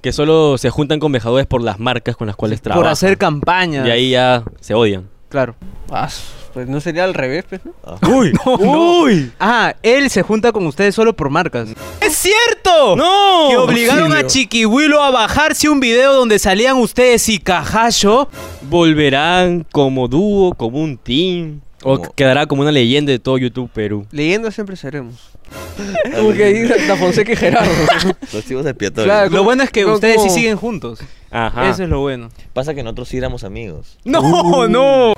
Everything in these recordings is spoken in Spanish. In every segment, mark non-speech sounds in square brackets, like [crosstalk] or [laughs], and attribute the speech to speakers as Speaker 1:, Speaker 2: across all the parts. Speaker 1: que solo se juntan con vejadores por las marcas con las cuales trabajan.
Speaker 2: Por hacer campaña.
Speaker 1: Y ahí ya se odian.
Speaker 2: Claro.
Speaker 3: Ah, pues no sería al revés, pues, ¿no?
Speaker 2: [laughs]
Speaker 1: ¡Uy! ¡Uy!
Speaker 2: Ah, él se junta con ustedes solo por marcas. ¡Es cierto!
Speaker 1: ¡No!
Speaker 2: Que obligaron a
Speaker 3: Auxilio.
Speaker 2: Chiquihuilo a bajarse un video donde salían ustedes y Cajayo.
Speaker 1: Volverán como dúo, como un team. O
Speaker 3: Como-
Speaker 1: quedará como una leyenda de todo YouTube Perú.
Speaker 3: Leyenda siempre seremos. Como que ahí Santa Fonseca y Gerardo.
Speaker 4: Los chivos expiatorios.
Speaker 3: Claro.
Speaker 2: Lo bueno es que
Speaker 3: No,
Speaker 2: ustedes sí
Speaker 3: ¿cómo?
Speaker 2: siguen juntos.
Speaker 1: Ajá.
Speaker 2: Eso es lo bueno.
Speaker 4: Pasa que nosotros sí éramos amigos.
Speaker 2: ¡No,
Speaker 1: Uh.
Speaker 2: no!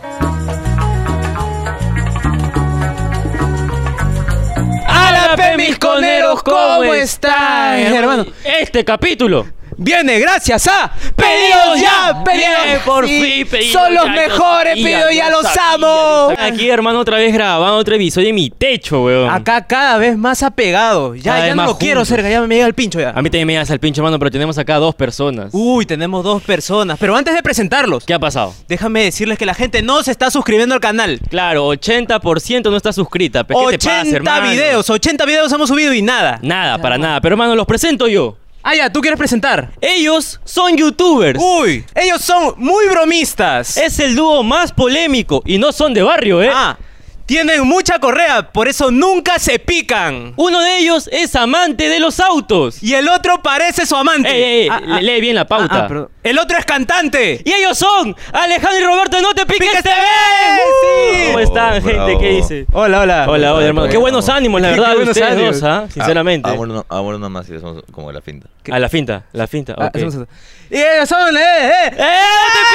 Speaker 1: ¡Alape,
Speaker 2: mis coneros, ¿cómo están, hermano?
Speaker 1: Este capítulo.
Speaker 2: Viene gracias a Pedidos Ya, Pedidos
Speaker 1: Bien, por
Speaker 2: Sí,
Speaker 1: fin, Pedidos
Speaker 2: Son los
Speaker 1: Ya, yo
Speaker 2: mejores,
Speaker 1: sabía,
Speaker 2: Pedidos Ya,
Speaker 1: yo
Speaker 2: los
Speaker 1: sabía,
Speaker 2: amo.
Speaker 1: Aquí, hermano, otra vez grabando otro episodio en mi techo, weón.
Speaker 2: Acá cada vez más apegado. Ya,
Speaker 1: Cada
Speaker 2: ya
Speaker 1: vez
Speaker 2: no
Speaker 1: más
Speaker 2: lo quiero
Speaker 1: juntos.
Speaker 2: cerca, ya me llega el pincho ya.
Speaker 1: A mí también me das al pinche mano, pero tenemos acá dos personas.
Speaker 2: Uy, tenemos dos personas. Pero antes de presentarlos,
Speaker 1: ¿Qué ha pasado?
Speaker 2: déjame decirles que la gente no se está suscribiendo al canal.
Speaker 1: Claro, 80% no está suscrita. pe, ¿Qué te pasa,
Speaker 2: 80
Speaker 1: hermano?
Speaker 2: videos, 80 videos hemos subido y nada.
Speaker 1: Nada, para nada. Pero, hermano, los presento yo.
Speaker 2: Ah, ya, tú quieres presentar.
Speaker 1: Ellos son youtubers.
Speaker 2: Uy, ellos son muy bromistas.
Speaker 1: Es el dúo más polémico y no son de barrio, ¿eh?
Speaker 2: Ah, tienen mucha correa, por eso nunca se pican.
Speaker 1: Uno de ellos es amante de los autos.
Speaker 2: Y el otro parece su amante.
Speaker 1: Ey, ey, ey,
Speaker 2: Ah, ah,
Speaker 1: le- lee bien la pauta.
Speaker 2: ah, perdón. el otro es cantante.
Speaker 1: Y ellos son Alejandro y Roberto No Te Piques TV.
Speaker 2: sí.
Speaker 1: ¿Cómo están,
Speaker 4: Bravo,
Speaker 1: gente? ¿Qué
Speaker 4: bravo.
Speaker 1: dice?
Speaker 2: Hola, hola.
Speaker 3: Ah,
Speaker 1: Hola, Ah, hola,
Speaker 4: bravo,
Speaker 1: hermano. Qué
Speaker 4: bravo.
Speaker 1: buenos ánimos, la
Speaker 2: Qué-
Speaker 1: verdad,
Speaker 2: qué
Speaker 1: de
Speaker 2: buenos
Speaker 1: ustedes
Speaker 2: ánimos.
Speaker 1: dos, ¿ah? Sinceramente.
Speaker 4: Ahora no- ahora nomás, si somos como la finta.
Speaker 1: A la finta, la finta.
Speaker 2: Ah,
Speaker 1: ok.
Speaker 2: hacemos eso. Y ellos son, eh, eh.
Speaker 1: ¡Eh,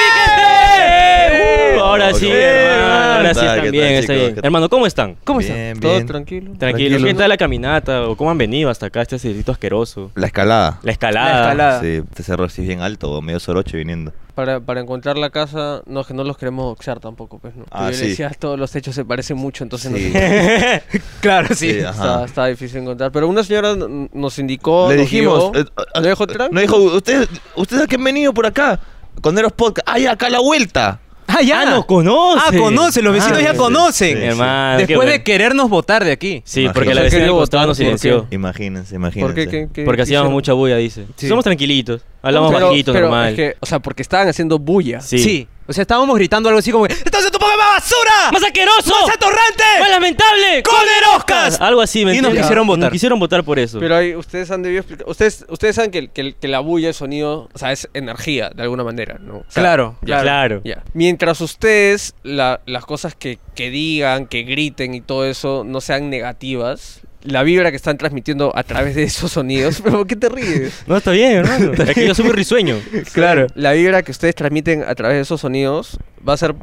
Speaker 1: no te piques!
Speaker 2: ¡Eh!
Speaker 1: Uh, ahora sí,
Speaker 4: ¡Eh,
Speaker 1: hermano. Ahora sí
Speaker 4: hermano!
Speaker 1: están
Speaker 4: ¿Qué
Speaker 1: bien,
Speaker 4: tal,
Speaker 1: está
Speaker 4: chicos?
Speaker 1: bien.
Speaker 4: ¿Qué tal?
Speaker 1: Hermano, ¿cómo están?
Speaker 2: ¿Cómo está?
Speaker 4: bien,
Speaker 3: Todo
Speaker 4: bien.
Speaker 3: tranquilo.
Speaker 1: Tranquilo.
Speaker 4: Tranquilo.
Speaker 1: ¿Qué tal la caminata? ¿O cómo han venido hasta acá este circuito asqueroso?
Speaker 4: La escalada.
Speaker 1: La escalada.
Speaker 2: La escalada.
Speaker 4: Sí, este cerro sí es bien alto, o medio soroche viniendo.
Speaker 3: Para, para encontrar la casa, no es que no los queremos doxear tampoco, pues, ¿no?
Speaker 4: Ah,
Speaker 3: Yo le
Speaker 4: sí.
Speaker 3: decía, todos los techos se parecen mucho, entonces no [laughs]
Speaker 4: Sí.
Speaker 3: sé.
Speaker 2: Claro, sí.
Speaker 4: Sí, ajá.
Speaker 3: Está, está difícil encontrar. Pero una señora n- nos indicó.
Speaker 4: Le
Speaker 3: nos
Speaker 4: dijimos.
Speaker 3: guió.
Speaker 4: eh, eh,
Speaker 3: ¿No dijo
Speaker 4: eh,
Speaker 3: Trump?
Speaker 4: No dijo, ustedes, ustedes a qué han venido por acá. Coneros Podcast. ¡Ay, acá a la vuelta!
Speaker 2: Ah,
Speaker 1: Ah, nos
Speaker 2: Ah,
Speaker 1: conocen.
Speaker 2: conocen, los vecinos
Speaker 1: Ah,
Speaker 2: ya
Speaker 1: sí,
Speaker 2: conocen.
Speaker 1: [laughs]
Speaker 4: sí.
Speaker 1: Hermano. Ah, qué
Speaker 2: Después de
Speaker 1: bueno.
Speaker 2: querernos votar de aquí.
Speaker 1: Sí,
Speaker 4: Imagínate.
Speaker 1: porque la
Speaker 4: O sea,
Speaker 1: vecina
Speaker 3: que
Speaker 1: del
Speaker 3: yo
Speaker 1: costado
Speaker 3: votaron,
Speaker 1: nos
Speaker 3: ¿por qué?
Speaker 1: silenció.
Speaker 4: Imagínense,
Speaker 3: ¿Por
Speaker 4: imagínense.
Speaker 3: qué? ¿Qué- qué
Speaker 1: Porque hacíamos
Speaker 3: hicieron?
Speaker 1: mucha bulla, dice.
Speaker 2: Sí.
Speaker 1: Somos tranquilitos. Hablamos
Speaker 3: Pero-
Speaker 1: bajitos,
Speaker 3: pero
Speaker 1: normal.
Speaker 3: es que, o sea, porque estaban haciendo bulla.
Speaker 1: Sí.
Speaker 2: O sea, estábamos gritando algo así como que, ¡Entonces tu poca más basura!
Speaker 1: ¡Más asqueroso!
Speaker 2: ¡Más atorrante!
Speaker 1: ¡Más lamentable!
Speaker 2: ¡Coneroscas!
Speaker 1: Algo así, ¿me
Speaker 2: Y nos
Speaker 1: entiendes?
Speaker 2: quisieron
Speaker 1: Nos
Speaker 2: votar.
Speaker 1: quisieron votar por eso.
Speaker 3: Pero ahí ustedes han debido explicar. Ustedes, ustedes saben que, el- que, el- que la bulla, el sonido, o sea, es energía de alguna manera, ¿no? O sea,
Speaker 2: Claro,
Speaker 1: Ya, claro.
Speaker 3: Ya. Mientras ustedes, la- las cosas que, que digan, que griten y todo eso no sean negativas, la vibra que están transmitiendo a través de esos sonidos, [laughs] ¿pero por qué te ríes?
Speaker 1: No, está bien, hermano. es que yo soy muy risueño.
Speaker 2: Claro.
Speaker 3: La vibra que ustedes transmiten a través de esos sonidos va a ser,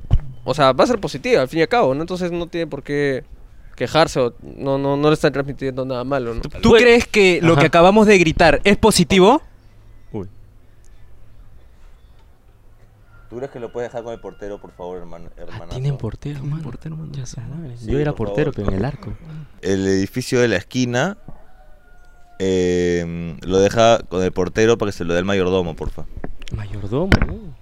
Speaker 3: o sea, va a ser positiva al fin y al cabo, ¿no? Entonces no tiene por qué quejarse o no, no, no le están transmitiendo nada malo, ¿no?
Speaker 2: ¿Tú
Speaker 1: Pues-
Speaker 2: crees que lo
Speaker 1: Ajá.
Speaker 2: que acabamos de gritar es positivo?
Speaker 1: Uy.
Speaker 4: ¿Tú crees que lo puedes dejar con el portero, por favor, hermano?
Speaker 3: Ah,
Speaker 1: Ah, Tienen portero, hermano. Ya su madre. Yo era
Speaker 4: por
Speaker 1: portero,
Speaker 4: favor.
Speaker 1: pero en el arco.
Speaker 4: el edificio de la esquina eh, lo deja con el portero para que se lo dé el mayordomo, porfa.
Speaker 1: Mayordomo. ¿no?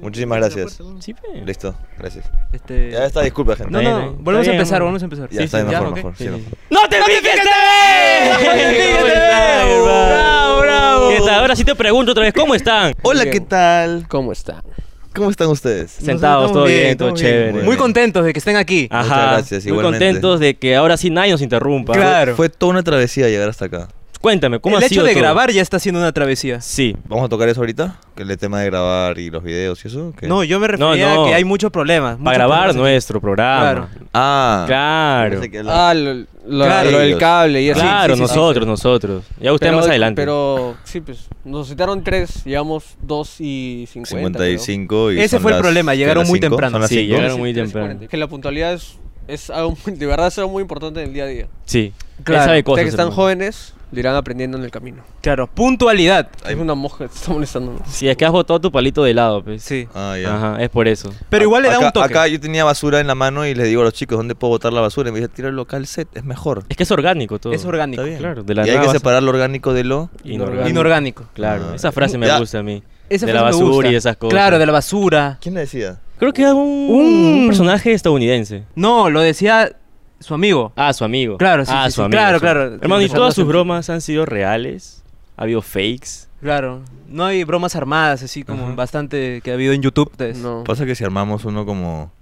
Speaker 4: Muchísimas gracias.
Speaker 1: Sí, pues. pe.
Speaker 4: Listo, gracias.
Speaker 2: Este...
Speaker 4: Ya está, disculpa, gente.
Speaker 2: No,
Speaker 1: Está
Speaker 2: no,
Speaker 1: bien, está
Speaker 2: volvemos a
Speaker 1: bien,
Speaker 2: empezar,
Speaker 1: hermano.
Speaker 2: volvemos a empezar.
Speaker 4: Ya está, mejor,
Speaker 2: ok.
Speaker 4: mejor.
Speaker 1: Sí,
Speaker 4: sí,
Speaker 1: sí.
Speaker 4: no.
Speaker 1: ¡No te piques
Speaker 2: ¡No te piques,
Speaker 1: TV!
Speaker 2: TV!
Speaker 1: ¡Bravo, bravo!
Speaker 2: ¡Bravo, bravo!
Speaker 1: ¿Qué tal? Ahora sí te pregunto otra vez, ¿cómo están?
Speaker 4: Hola,
Speaker 3: Bien.
Speaker 4: ¿qué tal?
Speaker 3: ¿Cómo está?
Speaker 4: ¿Cómo están ustedes?
Speaker 2: Sí.
Speaker 1: Sentados,
Speaker 2: estamos
Speaker 1: todo
Speaker 2: bien,
Speaker 1: bien, todo
Speaker 2: estamos bien.
Speaker 1: chévere.
Speaker 2: Muy contentos de que estén aquí.
Speaker 1: Ajá.
Speaker 4: Muchas gracias,
Speaker 1: muy
Speaker 4: igualmente.
Speaker 1: contentos de que ahora sí nadie nos interrumpa.
Speaker 2: Claro.
Speaker 4: Fue toda una travesía llegar hasta acá.
Speaker 1: Cuéntame, ¿cómo
Speaker 2: el
Speaker 1: ha
Speaker 2: hecho
Speaker 1: sido
Speaker 2: de
Speaker 1: todo?
Speaker 2: grabar ya está siendo una travesía.
Speaker 1: Sí.
Speaker 4: ¿Vamos a tocar eso ahorita? Que el tema de grabar y los videos y eso. ¿qué?
Speaker 2: No, yo me refería
Speaker 1: no.
Speaker 2: a que hay muchos problemas.
Speaker 1: Para
Speaker 2: muchos
Speaker 1: grabar
Speaker 2: problemas.
Speaker 1: nuestro programa.
Speaker 4: Ah.
Speaker 1: Claro.
Speaker 4: Pensé que la-
Speaker 3: Ah, lo, lo-
Speaker 2: Claro.
Speaker 3: lo del cable y eso.
Speaker 1: Claro,
Speaker 3: Sí, sí, sí, sí.
Speaker 1: nosotros, nosotros. Ya usted más adelante.
Speaker 3: Pero, sí, pues, nos citaron tres, llevamos dos y cincuenta. creo.
Speaker 4: 55 y
Speaker 2: Ese
Speaker 4: son
Speaker 2: fue el
Speaker 4: las-
Speaker 2: problema,
Speaker 4: ¿qué,
Speaker 2: llegaron
Speaker 4: las
Speaker 2: muy
Speaker 4: cinco?
Speaker 2: temprano.
Speaker 4: Son las
Speaker 1: Sí,
Speaker 4: cinco?
Speaker 1: llegaron muy
Speaker 3: Sí, tres y
Speaker 1: temprano.
Speaker 3: cuarenta. Que la puntualidad es, es algo muy- de verdad es algo muy importante en el día a día.
Speaker 1: Sí.
Speaker 2: Claro.
Speaker 1: Él sabe cosas.
Speaker 3: Ustedes que están
Speaker 1: hermano.
Speaker 3: jóvenes lo irán aprendiendo en el camino.
Speaker 2: Claro, puntualidad.
Speaker 3: Hay una mosca que te está molestando. ¿no?
Speaker 1: Si es que has botado tu palito de helado, pues.
Speaker 2: Sí.
Speaker 4: Ah, ya.
Speaker 1: Ajá, es por eso.
Speaker 2: Pero igual le da
Speaker 4: Acá-
Speaker 2: un toque.
Speaker 4: Acá yo tenía basura en la mano y le digo a los chicos, ¿dónde puedo botar la basura? Y me dice, tíralo acá al set, es mejor.
Speaker 1: Es que es orgánico todo.
Speaker 2: es orgánico.
Speaker 4: Está bien.
Speaker 1: Claro, de la
Speaker 4: y hay
Speaker 1: nada
Speaker 4: que
Speaker 1: vas a-
Speaker 4: separar lo orgánico de lo...
Speaker 1: Inorgánico.
Speaker 2: Inorgánico.
Speaker 1: Claro,
Speaker 4: Ah,
Speaker 1: esa frase me
Speaker 4: ya.
Speaker 1: gusta a mí.
Speaker 2: Esa
Speaker 1: de la
Speaker 2: frase me
Speaker 1: basura
Speaker 2: gusta.
Speaker 1: y de esas cosas.
Speaker 2: Claro, de la basura.
Speaker 4: ¿Quién le decía?
Speaker 1: Creo que era un,
Speaker 2: Un-
Speaker 1: un personaje estadounidense.
Speaker 2: No, lo decía Su amigo.
Speaker 1: Ah, su amigo.
Speaker 2: Claro, sí,
Speaker 1: Ah,
Speaker 2: sí,
Speaker 1: su
Speaker 2: sí.
Speaker 1: amigo,
Speaker 2: Claro,
Speaker 1: su
Speaker 2: claro.
Speaker 1: amigo. Hermano, ¿y
Speaker 2: Sí,
Speaker 1: todas
Speaker 2: sí.
Speaker 1: sus bromas han sido reales? ¿Ha habido fakes?
Speaker 2: Claro. No hay bromas armadas, así como
Speaker 4: Ajá.
Speaker 2: bastante que ha habido en YouTube. entonces-
Speaker 3: No.
Speaker 4: Pasa que si armamos uno como...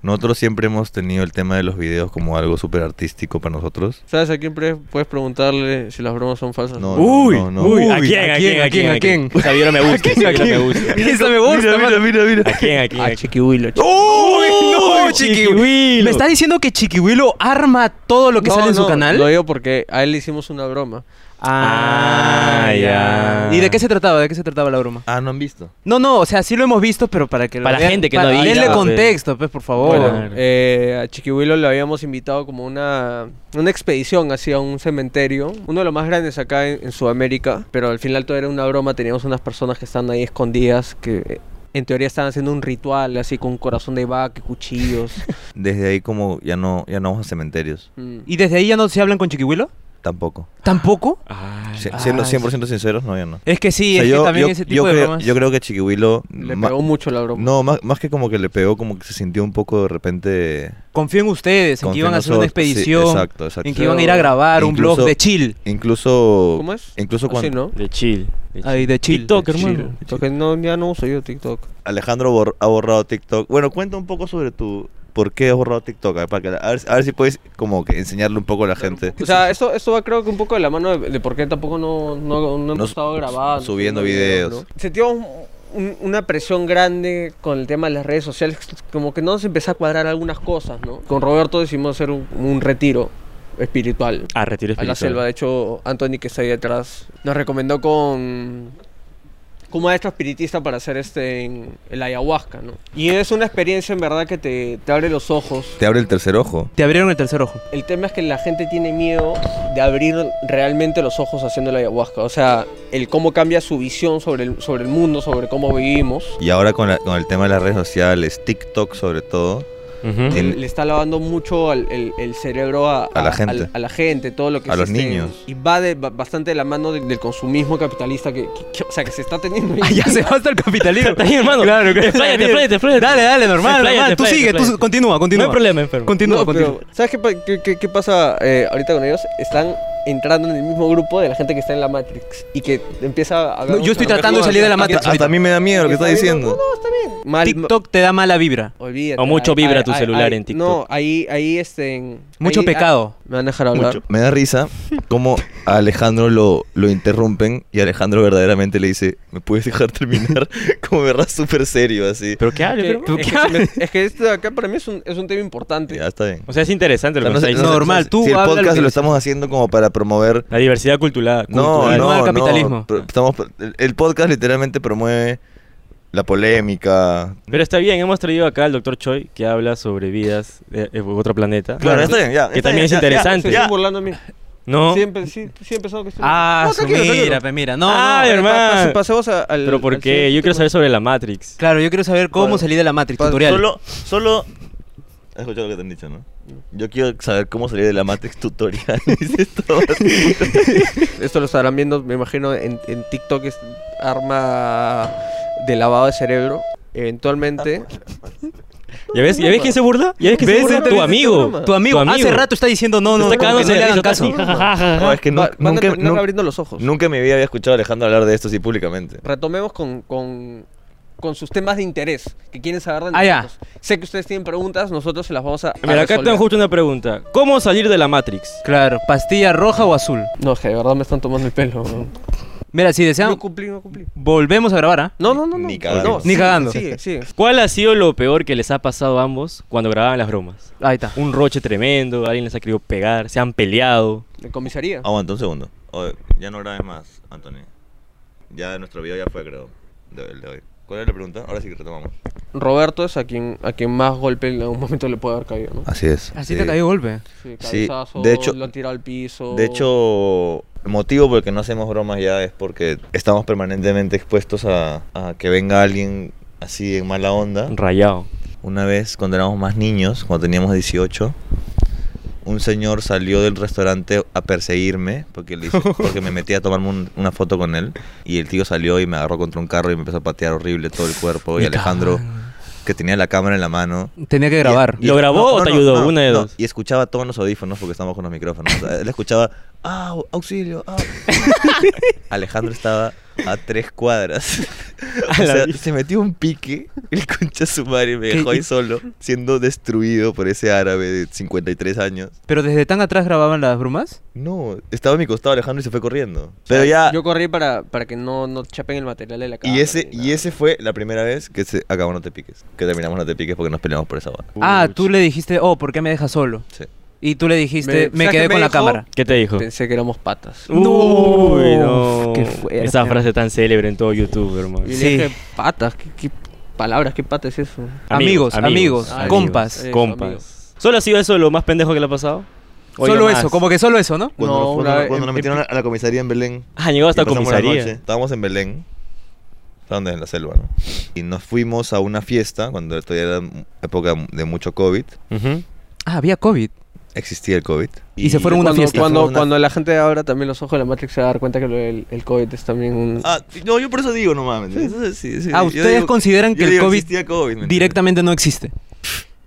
Speaker 4: Nosotros siempre hemos tenido el tema de los videos como algo súper artístico para nosotros.
Speaker 3: ¿Sabes a quién pre- puedes preguntarle si las bromas son falsas?
Speaker 4: No,
Speaker 1: uy,
Speaker 4: no, no.
Speaker 1: uy, ¿a
Speaker 2: Uy,
Speaker 1: quién? ¿A quién? ¿A quién? ¿A quién? Esa vibra
Speaker 2: [laughs]
Speaker 1: me gusta, esa vibra me gusta. Ah,
Speaker 2: Esa me gusta.
Speaker 4: Mira, mira, mira, mira.
Speaker 1: ¿A quién? ¿A quién?
Speaker 3: A
Speaker 1: ¿A quién?
Speaker 3: Chiqui Willow. ch-
Speaker 2: Uy, no, Chiqui
Speaker 1: Chiquihuilo.
Speaker 2: ¿Me está diciendo que Chiquihuilo arma todo lo que
Speaker 3: No,
Speaker 2: sale en su
Speaker 3: no,
Speaker 2: canal?
Speaker 3: Lo digo porque a él le hicimos una broma.
Speaker 1: Ah, ya.
Speaker 2: ¿Y de qué se trataba? ¿De qué se trataba la broma?
Speaker 4: Ah, ¿no han visto?
Speaker 2: No, no, o sea, sí lo hemos visto, pero para que lo
Speaker 1: Para la
Speaker 2: vean-
Speaker 1: gente que no ha
Speaker 2: Denle
Speaker 1: visto, pues.
Speaker 2: contexto, pues, por favor.
Speaker 3: Bueno, eh, a Chiqui Willow lo habíamos invitado como una, una expedición hacia un cementerio, uno de los más grandes acá en, en Sudamérica, pero al final todo era una broma, teníamos unas personas que estaban ahí escondidas que... eh, En teoría estaban haciendo un ritual así con corazón de vaca y
Speaker 4: [laughs]
Speaker 3: cuchillos.
Speaker 4: Desde ahí como ya no, ya no vamos a cementerios.
Speaker 3: Mm.
Speaker 2: ¿Y desde ahí ya no se hablan con Chiquihuilo?
Speaker 4: Tampoco.
Speaker 2: ¿Tampoco?
Speaker 1: Ah,
Speaker 4: Si-
Speaker 2: Ah,
Speaker 4: Siendo
Speaker 2: sí.
Speaker 4: 100% sinceros, no, ya no.
Speaker 2: Es que sí,
Speaker 4: O sea,
Speaker 2: es
Speaker 4: yo,
Speaker 2: que también
Speaker 4: yo-
Speaker 2: ese tipo
Speaker 4: yo
Speaker 2: de
Speaker 4: creo,
Speaker 2: bromas.
Speaker 4: yo creo que Chiquihuilo...
Speaker 3: Le
Speaker 4: ma-
Speaker 3: pegó mucho la broma.
Speaker 4: No, más, más que como que le pegó, como que se sintió un poco de repente...
Speaker 2: Confío en ustedes, en que
Speaker 4: confía
Speaker 2: iban
Speaker 4: en
Speaker 2: a hacer una
Speaker 4: nosotros. Sí,
Speaker 2: expedición,
Speaker 4: exacto, exacto.
Speaker 2: en que iban a ir a grabar un
Speaker 4: Incluso-
Speaker 2: blog de chill.
Speaker 4: Incluso...
Speaker 3: ¿Cómo es?
Speaker 4: Incluso
Speaker 3: Así,
Speaker 4: cuando...
Speaker 3: ¿Ah, ¿no?
Speaker 1: De chill. de chill.
Speaker 2: Ay, de chill.
Speaker 1: TikTok,
Speaker 2: de chill.
Speaker 1: hermano.
Speaker 3: Porque no, ya no uso yo TikTok.
Speaker 4: Alejandro bor- ha borrado TikTok. Bueno, cuenta un poco sobre tu... ¿Por qué has borrado TikTok? A ver, para que la- a, ver, a ver si puedes como que enseñarle un poco a la gente.
Speaker 3: O sea, esto, esto va creo que un poco de la mano de, de por qué tampoco no, no, no hemos
Speaker 4: No,
Speaker 3: estado
Speaker 4: su-
Speaker 3: grabando.
Speaker 4: subiendo videos.
Speaker 3: ¿no? Sentimos un- una presión grande con el tema de las redes sociales, como que no nos empezó a cuadrar algunas cosas, ¿no? Con Roberto decidimos hacer un, un retiro espiritual
Speaker 1: Ah, retiro
Speaker 3: a la selva.
Speaker 1: espiritual.
Speaker 3: De hecho, Anthony, que está ahí detrás, nos recomendó con con un maestro espiritista para hacer este en el ayahuasca, ¿no? Y es una experiencia en verdad que te, te abre los ojos.
Speaker 4: Te abre el tercer ojo.
Speaker 2: Te abrieron el tercer ojo.
Speaker 3: El tema es que la gente tiene miedo de abrir realmente los ojos haciendo la ayahuasca. O sea, el cómo cambia su visión sobre el, sobre el mundo, sobre cómo vivimos.
Speaker 4: Y ahora con, la- con el tema de las redes sociales, TikTok sobre todo,
Speaker 1: Ujú.
Speaker 2: [laughs]
Speaker 4: En-
Speaker 3: Le está lavando mucho al- el, el cerebro a,
Speaker 4: A la gente.
Speaker 3: A, la gente, todo lo que
Speaker 4: A
Speaker 3: es
Speaker 4: los
Speaker 3: este-
Speaker 4: niños.
Speaker 3: Y va de- ba- bastante de la mano de- del consumismo capitalista que, que- que- o sea, que se está teniendo. ahí.
Speaker 2: [laughs] Ah, ya se va hasta el capitalismo.
Speaker 1: Está bien, hermano.
Speaker 2: Claro, claro.
Speaker 1: Expláyate, expláyate, expláyate.
Speaker 2: Dale, dale, normal,
Speaker 1: Expláyate,
Speaker 2: normal. Tú
Speaker 1: expláyate,
Speaker 2: sigue, tú
Speaker 1: expláyate.
Speaker 2: continúa,
Speaker 1: No
Speaker 2: continúa.
Speaker 1: hay problema, enfermo.
Speaker 2: Continúa,
Speaker 3: No,
Speaker 2: continúa.
Speaker 3: pero, ¿Sabes qué, pa- qué- qué- qué pasa eh, ahorita con ellos? Están entrando en el mismo grupo de la gente que está en la Matrix y que empieza a... hablar
Speaker 2: No, yo estoy
Speaker 3: mucho-
Speaker 2: tratando de salir de la
Speaker 4: Hasta,
Speaker 2: matrix.
Speaker 4: hasta a mí me da miedo lo que estás
Speaker 3: No,
Speaker 4: diciendo.
Speaker 3: no, está bien. Mal-
Speaker 2: TikTok te da mala vibra.
Speaker 3: Olvídate.
Speaker 1: O mucho
Speaker 3: Ay,
Speaker 1: vibra
Speaker 3: ay,
Speaker 1: tu
Speaker 3: ay,
Speaker 1: celular
Speaker 3: ay,
Speaker 1: en
Speaker 3: No,
Speaker 1: TikTok.
Speaker 3: ahí, ahí este. en-
Speaker 2: Mucho
Speaker 3: ahí-
Speaker 2: pecado.
Speaker 3: ah, me van a dejar hablar.
Speaker 4: Mucho. Me da risa cómo a Alejandro lo, lo interrumpen y Alejandro verdaderamente le dice, ¿me puedes dejar terminar? como verdad súper serio así.
Speaker 1: ¿Pero qué hablo,
Speaker 3: Que-
Speaker 1: pero?
Speaker 3: es, que, se me- es que esto de acá para mí es un, es un tema importante.
Speaker 4: Ya está bien.
Speaker 1: O sea, es interesante
Speaker 4: O
Speaker 1: lo
Speaker 4: sea,
Speaker 1: que
Speaker 4: no sé-
Speaker 1: está
Speaker 4: no sé-
Speaker 1: diciendo.
Speaker 2: normal,
Speaker 4: si-
Speaker 2: tú
Speaker 4: Si el
Speaker 2: habla lo
Speaker 4: podcast
Speaker 2: que
Speaker 4: lo
Speaker 2: dices.
Speaker 4: estamos haciendo como para promover
Speaker 1: La diversidad cultural.
Speaker 4: No,
Speaker 1: cultural.
Speaker 2: no al
Speaker 4: no,
Speaker 2: capitalismo.
Speaker 4: no. Pro- Estamos, el, el podcast literalmente promueve la polémica.
Speaker 1: Pero está bien, hemos traído acá al doctor Choi que habla sobre vidas de, de otro planeta.
Speaker 4: Claro, ya está bien, ya.
Speaker 1: Que
Speaker 4: está
Speaker 1: también
Speaker 4: bien,
Speaker 1: es
Speaker 4: ya, ya.
Speaker 1: interesante.
Speaker 3: Se
Speaker 4: Ya.
Speaker 3: están burlando a mí.
Speaker 1: No,
Speaker 3: Siempre, sí, sí he pensado que estoy.
Speaker 2: Ah,
Speaker 3: No,
Speaker 2: su-
Speaker 3: tranquilo,
Speaker 2: mira,
Speaker 3: tranquilo.
Speaker 2: pe, mira. No,
Speaker 1: Ah,
Speaker 2: no,
Speaker 1: hermano.
Speaker 3: Pa- pas- pasemos a- al.
Speaker 1: pero ¿por
Speaker 3: al
Speaker 1: qué?
Speaker 3: siguiente
Speaker 1: Yo quiero
Speaker 3: tema.
Speaker 1: saber sobre la Matrix.
Speaker 2: Claro, yo quiero saber cómo
Speaker 3: Bueno,
Speaker 2: salir de la Matrix.
Speaker 3: pa-
Speaker 2: Tutorial.
Speaker 4: Solo, solo. Has escuchado lo que te han dicho, ¿no? Yo quiero saber cómo salir de la Matrix tutorial. [laughs] dice todo así.
Speaker 3: Esto lo estarán viendo, me imagino, en, en TikTok. Es arma de lavado de cerebro.
Speaker 2: Ah,
Speaker 3: Eventualmente.
Speaker 2: pues.
Speaker 1: ¿Ya ves, ¿ya ves quién se burla? ¿Ya ves quién
Speaker 3: ¿Ves?
Speaker 1: se burla?
Speaker 3: Este-
Speaker 1: Tu
Speaker 3: este
Speaker 1: amigo.
Speaker 3: programa.
Speaker 2: Tu amigo,
Speaker 1: Tu
Speaker 2: hace
Speaker 1: amigo.
Speaker 2: rato está diciendo no,
Speaker 1: Te
Speaker 2: no,
Speaker 1: está
Speaker 2: no, que
Speaker 1: cagándose
Speaker 2: no
Speaker 1: de
Speaker 2: le hagan
Speaker 1: risa,
Speaker 2: caso.
Speaker 1: Tati. Ja, ja, ja, ja, ja.
Speaker 4: [laughs] No, es que
Speaker 3: Va-
Speaker 4: nunca,
Speaker 3: van a
Speaker 4: nunca,
Speaker 3: terminar
Speaker 4: nu-
Speaker 3: abriendo los ojos.
Speaker 4: nunca en mi vida había escuchado a Alejandro hablar de esto así públicamente.
Speaker 3: retomemos con, con, con sus temas de interés que quieren saber de
Speaker 2: Ah, ya.
Speaker 3: nosotros. Sé que ustedes tienen preguntas, nosotros se las vamos a, a
Speaker 1: Mira, acá
Speaker 3: Ah, resolver.
Speaker 1: tengo justo una pregunta. ¿Cómo salir de la Matrix?
Speaker 2: [laughs] Claro, pastilla roja o azul.
Speaker 3: No, es que de verdad me están tomando el pelo.
Speaker 2: Mira, si desean,
Speaker 3: No cumplí, no cumplí.
Speaker 2: volvemos a grabar, ¿ah?
Speaker 3: No, no, no. no.
Speaker 4: Ni cagando.
Speaker 3: No,
Speaker 2: Ni
Speaker 3: sigue,
Speaker 2: cagando.
Speaker 3: Sigue, sigue.
Speaker 1: ¿Cuál ha sido lo peor que les ha pasado a ambos cuando grababan las bromas?
Speaker 2: Ahí está.
Speaker 1: Un roche tremendo, alguien les ha querido pegar, se han peleado.
Speaker 3: ¿De comisaría?
Speaker 4: Aguanta un segundo. Oye, ya no grabes más, Anthony. Ya nuestro video ya fue, creo. de- el de hoy. ¿Cuál era la pregunta? Ahora sí que retomamos.
Speaker 3: Roberto es a quien, a quien más golpe en algún momento le puede haber caído, ¿no?
Speaker 4: Así es.
Speaker 2: Así te cayó golpe.
Speaker 3: Sí,
Speaker 4: Sí,
Speaker 3: cabezazo,
Speaker 4: de hecho-
Speaker 3: lo han tirado al piso.
Speaker 4: De hecho, el motivo por el que no hacemos bromas ya es porque estamos permanentemente expuestos a, a que venga alguien así en mala onda.
Speaker 1: Rayado.
Speaker 4: Una vez, cuando éramos más niños, cuando teníamos 18, un señor salió del restaurante a perseguirme porque, le hice- porque me metí a tomarme un- una foto con él. Y el tío salió y me agarró contra un carro y me empezó a patear horrible todo el cuerpo. Y Alejandro que tenía la cámara en la mano.
Speaker 2: Tenía que
Speaker 4: Y-
Speaker 2: grabar.
Speaker 4: y-
Speaker 1: ¿Lo grabó o te ayudó? Una de dos.
Speaker 4: Y escuchaba todos los audífonos porque estamos con los micrófonos. O sea, él escuchaba, "Ah, ¡au! ¡Auxilio!
Speaker 1: [laughs]
Speaker 4: au". Alejandro estaba a
Speaker 1: [laughs]
Speaker 4: tres cuadras. O
Speaker 1: A la
Speaker 4: sea,
Speaker 1: vida.
Speaker 4: se metió un pique, el concha de su madre me
Speaker 2: ¿Qué?
Speaker 4: dejó ahí solo, siendo destruido por ese árabe de 53 años.
Speaker 2: ¿Pero desde tan atrás grababan las brumas?
Speaker 4: No, estaba a mi costado Alejandro y se fue corriendo. Pero ya...
Speaker 3: Yo corrí para, para que no, no chapen el material de la cámara.
Speaker 4: Y ese,
Speaker 3: ni
Speaker 4: y
Speaker 3: nada.
Speaker 4: ese fue la primera vez que se acabó No Te Piques. Que terminamos No Te Piques porque nos peleamos por esa hora.
Speaker 2: Ah,
Speaker 1: Uch.
Speaker 2: tú le dijiste, oh, ¿por qué me dejas solo?
Speaker 4: Sí.
Speaker 2: Y tú le dijiste,
Speaker 3: Me-
Speaker 2: me,
Speaker 3: ¿sabes
Speaker 2: quedé
Speaker 3: qué me
Speaker 2: con la
Speaker 3: dijo?
Speaker 2: cámara.
Speaker 1: ¿Qué te dijo?
Speaker 3: Pensé que éramos patas.
Speaker 1: Uy, no.
Speaker 2: qué fuerte.
Speaker 1: Esa frase tan célebre en todo YouTube, hermano.
Speaker 3: Y
Speaker 2: Sí.
Speaker 3: le dije, patas, ¿qué, qué palabras, qué pata es eso?
Speaker 2: Amigos, amigos,
Speaker 3: amigos.
Speaker 2: compas.
Speaker 3: Eso,
Speaker 1: compas.
Speaker 3: amigos.
Speaker 1: ¿Solo ha sido eso lo más pendejo que le ha pasado? ¿O
Speaker 2: Solo
Speaker 1: algo
Speaker 2: eso,
Speaker 1: más?
Speaker 2: como que solo eso, ¿no?
Speaker 4: Cuando,
Speaker 3: No,
Speaker 4: nos, cuando
Speaker 3: una
Speaker 4: nos-
Speaker 3: vez
Speaker 4: cuando
Speaker 3: en-
Speaker 4: nos metieron a la comisaría en Belén.
Speaker 1: Ah, llegó hasta
Speaker 4: y pasamos la noche.
Speaker 1: comisaría.
Speaker 4: Estábamos en Belén. Estábamos en la selva, ¿no? Y nos fuimos a una fiesta cuando todavía era m- época de mucho COVID.
Speaker 1: Ujú.
Speaker 2: Ah, había COVID.
Speaker 4: Existía el COVID.
Speaker 2: Y se fueron a una
Speaker 3: Cuando,
Speaker 2: fiesta.
Speaker 3: cuando,
Speaker 4: Fuimos a una-
Speaker 3: cuando la gente ahora también los ojos de la Matrix se va a dar cuenta que lo del- el COVID es también un...
Speaker 4: Ah, no, yo por eso digo, no mames. Eso sí, sí,
Speaker 2: Ah,
Speaker 4: yo
Speaker 2: ustedes
Speaker 4: digo-
Speaker 2: consideran que
Speaker 4: yo
Speaker 2: el
Speaker 4: digo,
Speaker 2: COVID
Speaker 4: existía COVID, ¿me entiendes?
Speaker 2: Directamente no existe.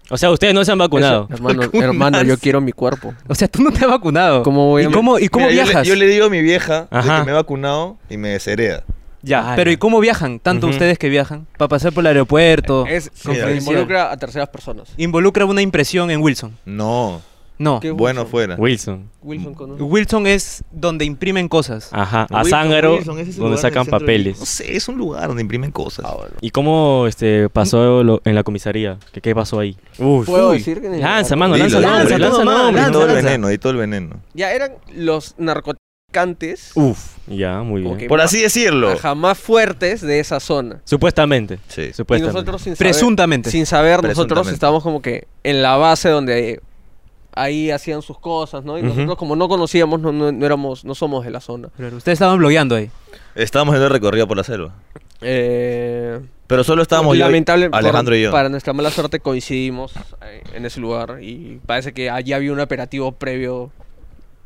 Speaker 1: O sea, ustedes no se han vacunado.
Speaker 3: Eso, hermano, hermano, yo quiero mi cuerpo.
Speaker 2: O sea, tú no te has vacunado.
Speaker 3: ¿Cómo voy a-
Speaker 2: ¿Y cómo, y cómo
Speaker 4: Mira, yo le-
Speaker 2: viajas?
Speaker 4: Yo le, digo a mi vieja de
Speaker 1: Ajá.
Speaker 4: que me he vacunado y me deshereda.
Speaker 1: Ya,
Speaker 2: Pero
Speaker 1: ya.
Speaker 2: ¿y cómo viajan? Tanto
Speaker 1: Ujú.
Speaker 2: ustedes que viajan. Para pasar por el aeropuerto.
Speaker 3: Es
Speaker 4: confidencial.
Speaker 3: que involucra a terceras personas.
Speaker 2: Involucra una impresión en Wilson.
Speaker 4: No,
Speaker 2: No.
Speaker 3: ¿Qué
Speaker 4: bueno
Speaker 3: Wilson?
Speaker 4: fuera.
Speaker 1: Wilson.
Speaker 3: Wilson con un-
Speaker 2: Wilson es donde imprimen cosas.
Speaker 1: Ajá, a
Speaker 4: Wilson,
Speaker 1: Zángaro,
Speaker 4: Wilson, ese es el
Speaker 1: donde
Speaker 4: lugar en el
Speaker 1: sacan
Speaker 4: centro de- No
Speaker 1: papeles.
Speaker 4: sé, es un lugar donde imprimen cosas.
Speaker 3: Ah,
Speaker 2: Ah,
Speaker 1: ¿Y cómo este, pasó lo- en la comisaría? ¿Qué, qué pasó ahí? Uy.
Speaker 3: ¿Puedo
Speaker 1: Uy.
Speaker 3: decir que ni-
Speaker 1: Lanza, mano,
Speaker 4: Dilo,
Speaker 1: lanza
Speaker 4: dilo,
Speaker 1: nombre,
Speaker 4: dilo.
Speaker 1: lanza
Speaker 2: Todo, mano,
Speaker 1: nombre.
Speaker 4: Di todo el
Speaker 2: lanza.
Speaker 4: veneno, di todo el veneno.
Speaker 3: Ya eran los narcotraficantes
Speaker 1: Uf, ya, muy bien.
Speaker 3: Ok.
Speaker 4: Por así decirlo.
Speaker 3: ajá, más fuertes de esa zona.
Speaker 1: Supuestamente.
Speaker 4: Sí.
Speaker 3: Y
Speaker 1: Supuestamente.
Speaker 3: nosotros sin saber,
Speaker 2: Presuntamente.
Speaker 3: sin saber nosotros
Speaker 4: Presuntamente.
Speaker 3: estábamos como que en la base donde ahí hacían sus cosas, ¿no? Y
Speaker 1: Ujú.
Speaker 3: nosotros como no conocíamos, no, no- no éramos, no somos de la zona.
Speaker 2: Pero Ustedes estaban blogueando ahí.
Speaker 4: Estábamos en el recorrido por la selva.
Speaker 3: Eh,
Speaker 4: Pero solo estábamos yo,
Speaker 3: lamentable- por-
Speaker 4: Alejandro y yo.
Speaker 3: Para nuestra mala suerte coincidimos eh, en ese lugar y parece que allí había un operativo previo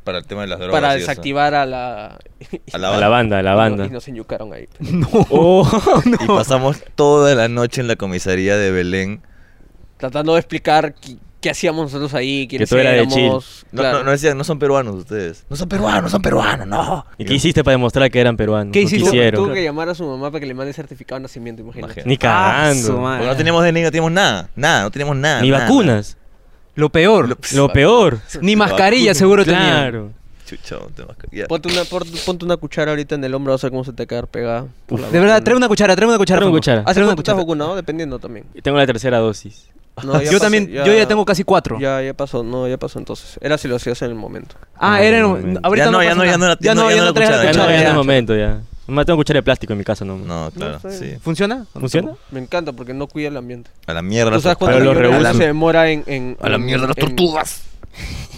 Speaker 4: Para el tema de las drogas.
Speaker 3: para
Speaker 4: y eso.
Speaker 3: desactivar a la...
Speaker 4: [laughs]
Speaker 3: [laughs]
Speaker 4: A la
Speaker 1: A la
Speaker 4: banda.
Speaker 1: banda, a la
Speaker 3: Y
Speaker 1: banda.
Speaker 3: nos
Speaker 1: [laughs]
Speaker 3: enyucaron ahí.
Speaker 2: No. [laughs]
Speaker 1: Oh,
Speaker 3: [laughs]
Speaker 4: Y pasamos toda la noche en la comisaría de Belén.
Speaker 3: Tratando de explicar qui- qué hacíamos nosotros ahí, quiénes
Speaker 1: todo era de
Speaker 3: éramos.
Speaker 4: No,
Speaker 3: claro.
Speaker 4: no, no decían, no son peruanos ustedes. No son peruanos, son peruanos, no.
Speaker 1: ¿Y qué hiciste para demostrar que eran peruanos?
Speaker 2: ¿Qué
Speaker 1: ¿Qué
Speaker 2: hiciste?
Speaker 3: Tuvo-
Speaker 1: hicieron?
Speaker 3: Tuvo que llamar a su mamá para que le mande certificado de nacimiento, imagínate.
Speaker 4: Imagínate.
Speaker 1: Ni
Speaker 2: Ah, su
Speaker 1: cagando.
Speaker 2: madre.
Speaker 4: Porque no teníamos DNI, no teníamos nada. Nada, no teníamos nada.
Speaker 1: Ni
Speaker 2: Ah,
Speaker 4: nada.
Speaker 1: vacunas.
Speaker 2: Lo peor.
Speaker 1: Lo peor.
Speaker 2: Ni
Speaker 4: La
Speaker 2: mascarilla
Speaker 4: vacuna.
Speaker 2: pues, seguro tenían.
Speaker 1: Claro.
Speaker 4: Chucha, te vas a- ya.
Speaker 3: Ponte una, por- ponte una cuchara ahorita en el hombro, vas a ver cómo se te va a quedar pegada. por la
Speaker 2: De verdad,
Speaker 3: vacuna.
Speaker 2: trae una cuchara, trae una cuchara.
Speaker 1: Trae una
Speaker 2: Franco.
Speaker 1: cuchara.
Speaker 3: ¿Hace
Speaker 2: Trae una
Speaker 3: cuánto estás
Speaker 2: cuchara.
Speaker 3: vacunado? Dependiendo también.
Speaker 1: Tengo la tercera dosis.
Speaker 3: No, ya
Speaker 2: Yo
Speaker 3: pasó,
Speaker 2: también, yo ya tengo casi cuatro.
Speaker 3: Ya, ya pasó, no, ya pasó entonces. Era si lo hacías en el momento.
Speaker 2: Ah,
Speaker 1: Ay,
Speaker 2: era.
Speaker 1: momento.
Speaker 2: Ahorita
Speaker 4: Ya no, ya
Speaker 2: pasa
Speaker 4: no, ya
Speaker 2: nada.
Speaker 4: no la-
Speaker 2: Ya no, ya no traes la
Speaker 1: Ya no,
Speaker 2: cuchara.
Speaker 1: ya no es
Speaker 2: Ah, ya.
Speaker 1: momento, ya. Más tengo cuchara de plástico en mi casa, ¿no?
Speaker 4: No, claro,
Speaker 3: No sé.
Speaker 4: sí.
Speaker 2: ¿Funciona?
Speaker 1: ¿Funciona?
Speaker 3: Me encanta porque no cuida el ambiente.
Speaker 4: A la mierda.
Speaker 3: ¿Tú
Speaker 4: las
Speaker 3: sabes
Speaker 4: tortugas.
Speaker 3: cuánto
Speaker 1: Pero lo
Speaker 3: tiempo
Speaker 1: rehusan.
Speaker 3: se demora en, en-
Speaker 4: A la
Speaker 3: en-
Speaker 4: mierda las
Speaker 3: en-
Speaker 4: tortugas.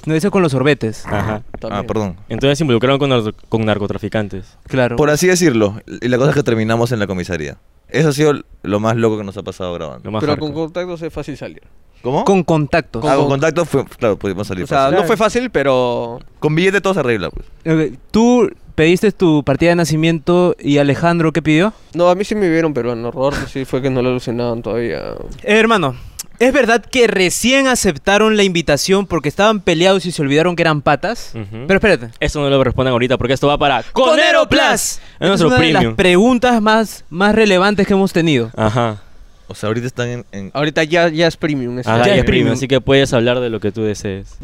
Speaker 2: No, eso con los sorbetes.
Speaker 1: Ajá.
Speaker 4: Ah,
Speaker 3: también?
Speaker 4: perdón.
Speaker 1: Entonces se involucraron con, narco- con narcotraficantes.
Speaker 2: Claro.
Speaker 4: Por así decirlo, y la cosa es que terminamos en la comisaría. Eso ha sido lo más loco que nos ha pasado grabando.
Speaker 1: Lo más
Speaker 3: Pero con
Speaker 1: hardcore.
Speaker 3: contactos es fácil salir.
Speaker 4: ¿Cómo?
Speaker 2: Con contactos.
Speaker 4: Ah, con contacto, fue, claro, pudimos salir.
Speaker 3: O sea,
Speaker 4: fácil.
Speaker 3: no fue fácil, pero
Speaker 4: Con billete todo se arregla, pues.
Speaker 2: Ok, Eh, Tú pediste tu partida de nacimiento y Alejandro, ¿qué pidió?
Speaker 3: No, a mí sí me vieron, pero en horror pues, sí fue que no lo alucinaban todavía.
Speaker 2: Eh, hermano, ¿es verdad que recién aceptaron la invitación porque estaban peleados y se olvidaron que eran patas?
Speaker 1: Ujú.
Speaker 2: Pero espérate.
Speaker 1: Eso no lo respondan ahorita porque esto va para Conero Plus. Es
Speaker 2: Es
Speaker 1: nuestro
Speaker 2: una de las
Speaker 1: premium.
Speaker 2: preguntas más, más relevantes que hemos tenido.
Speaker 1: Ajá.
Speaker 4: O sea, ahorita están en. en-
Speaker 3: Ahorita ya, ya es premium. ese.
Speaker 1: Ajá,
Speaker 2: Ya
Speaker 1: y
Speaker 2: es
Speaker 1: es premium,
Speaker 2: premium.
Speaker 1: así que puedes hablar de lo que tú desees.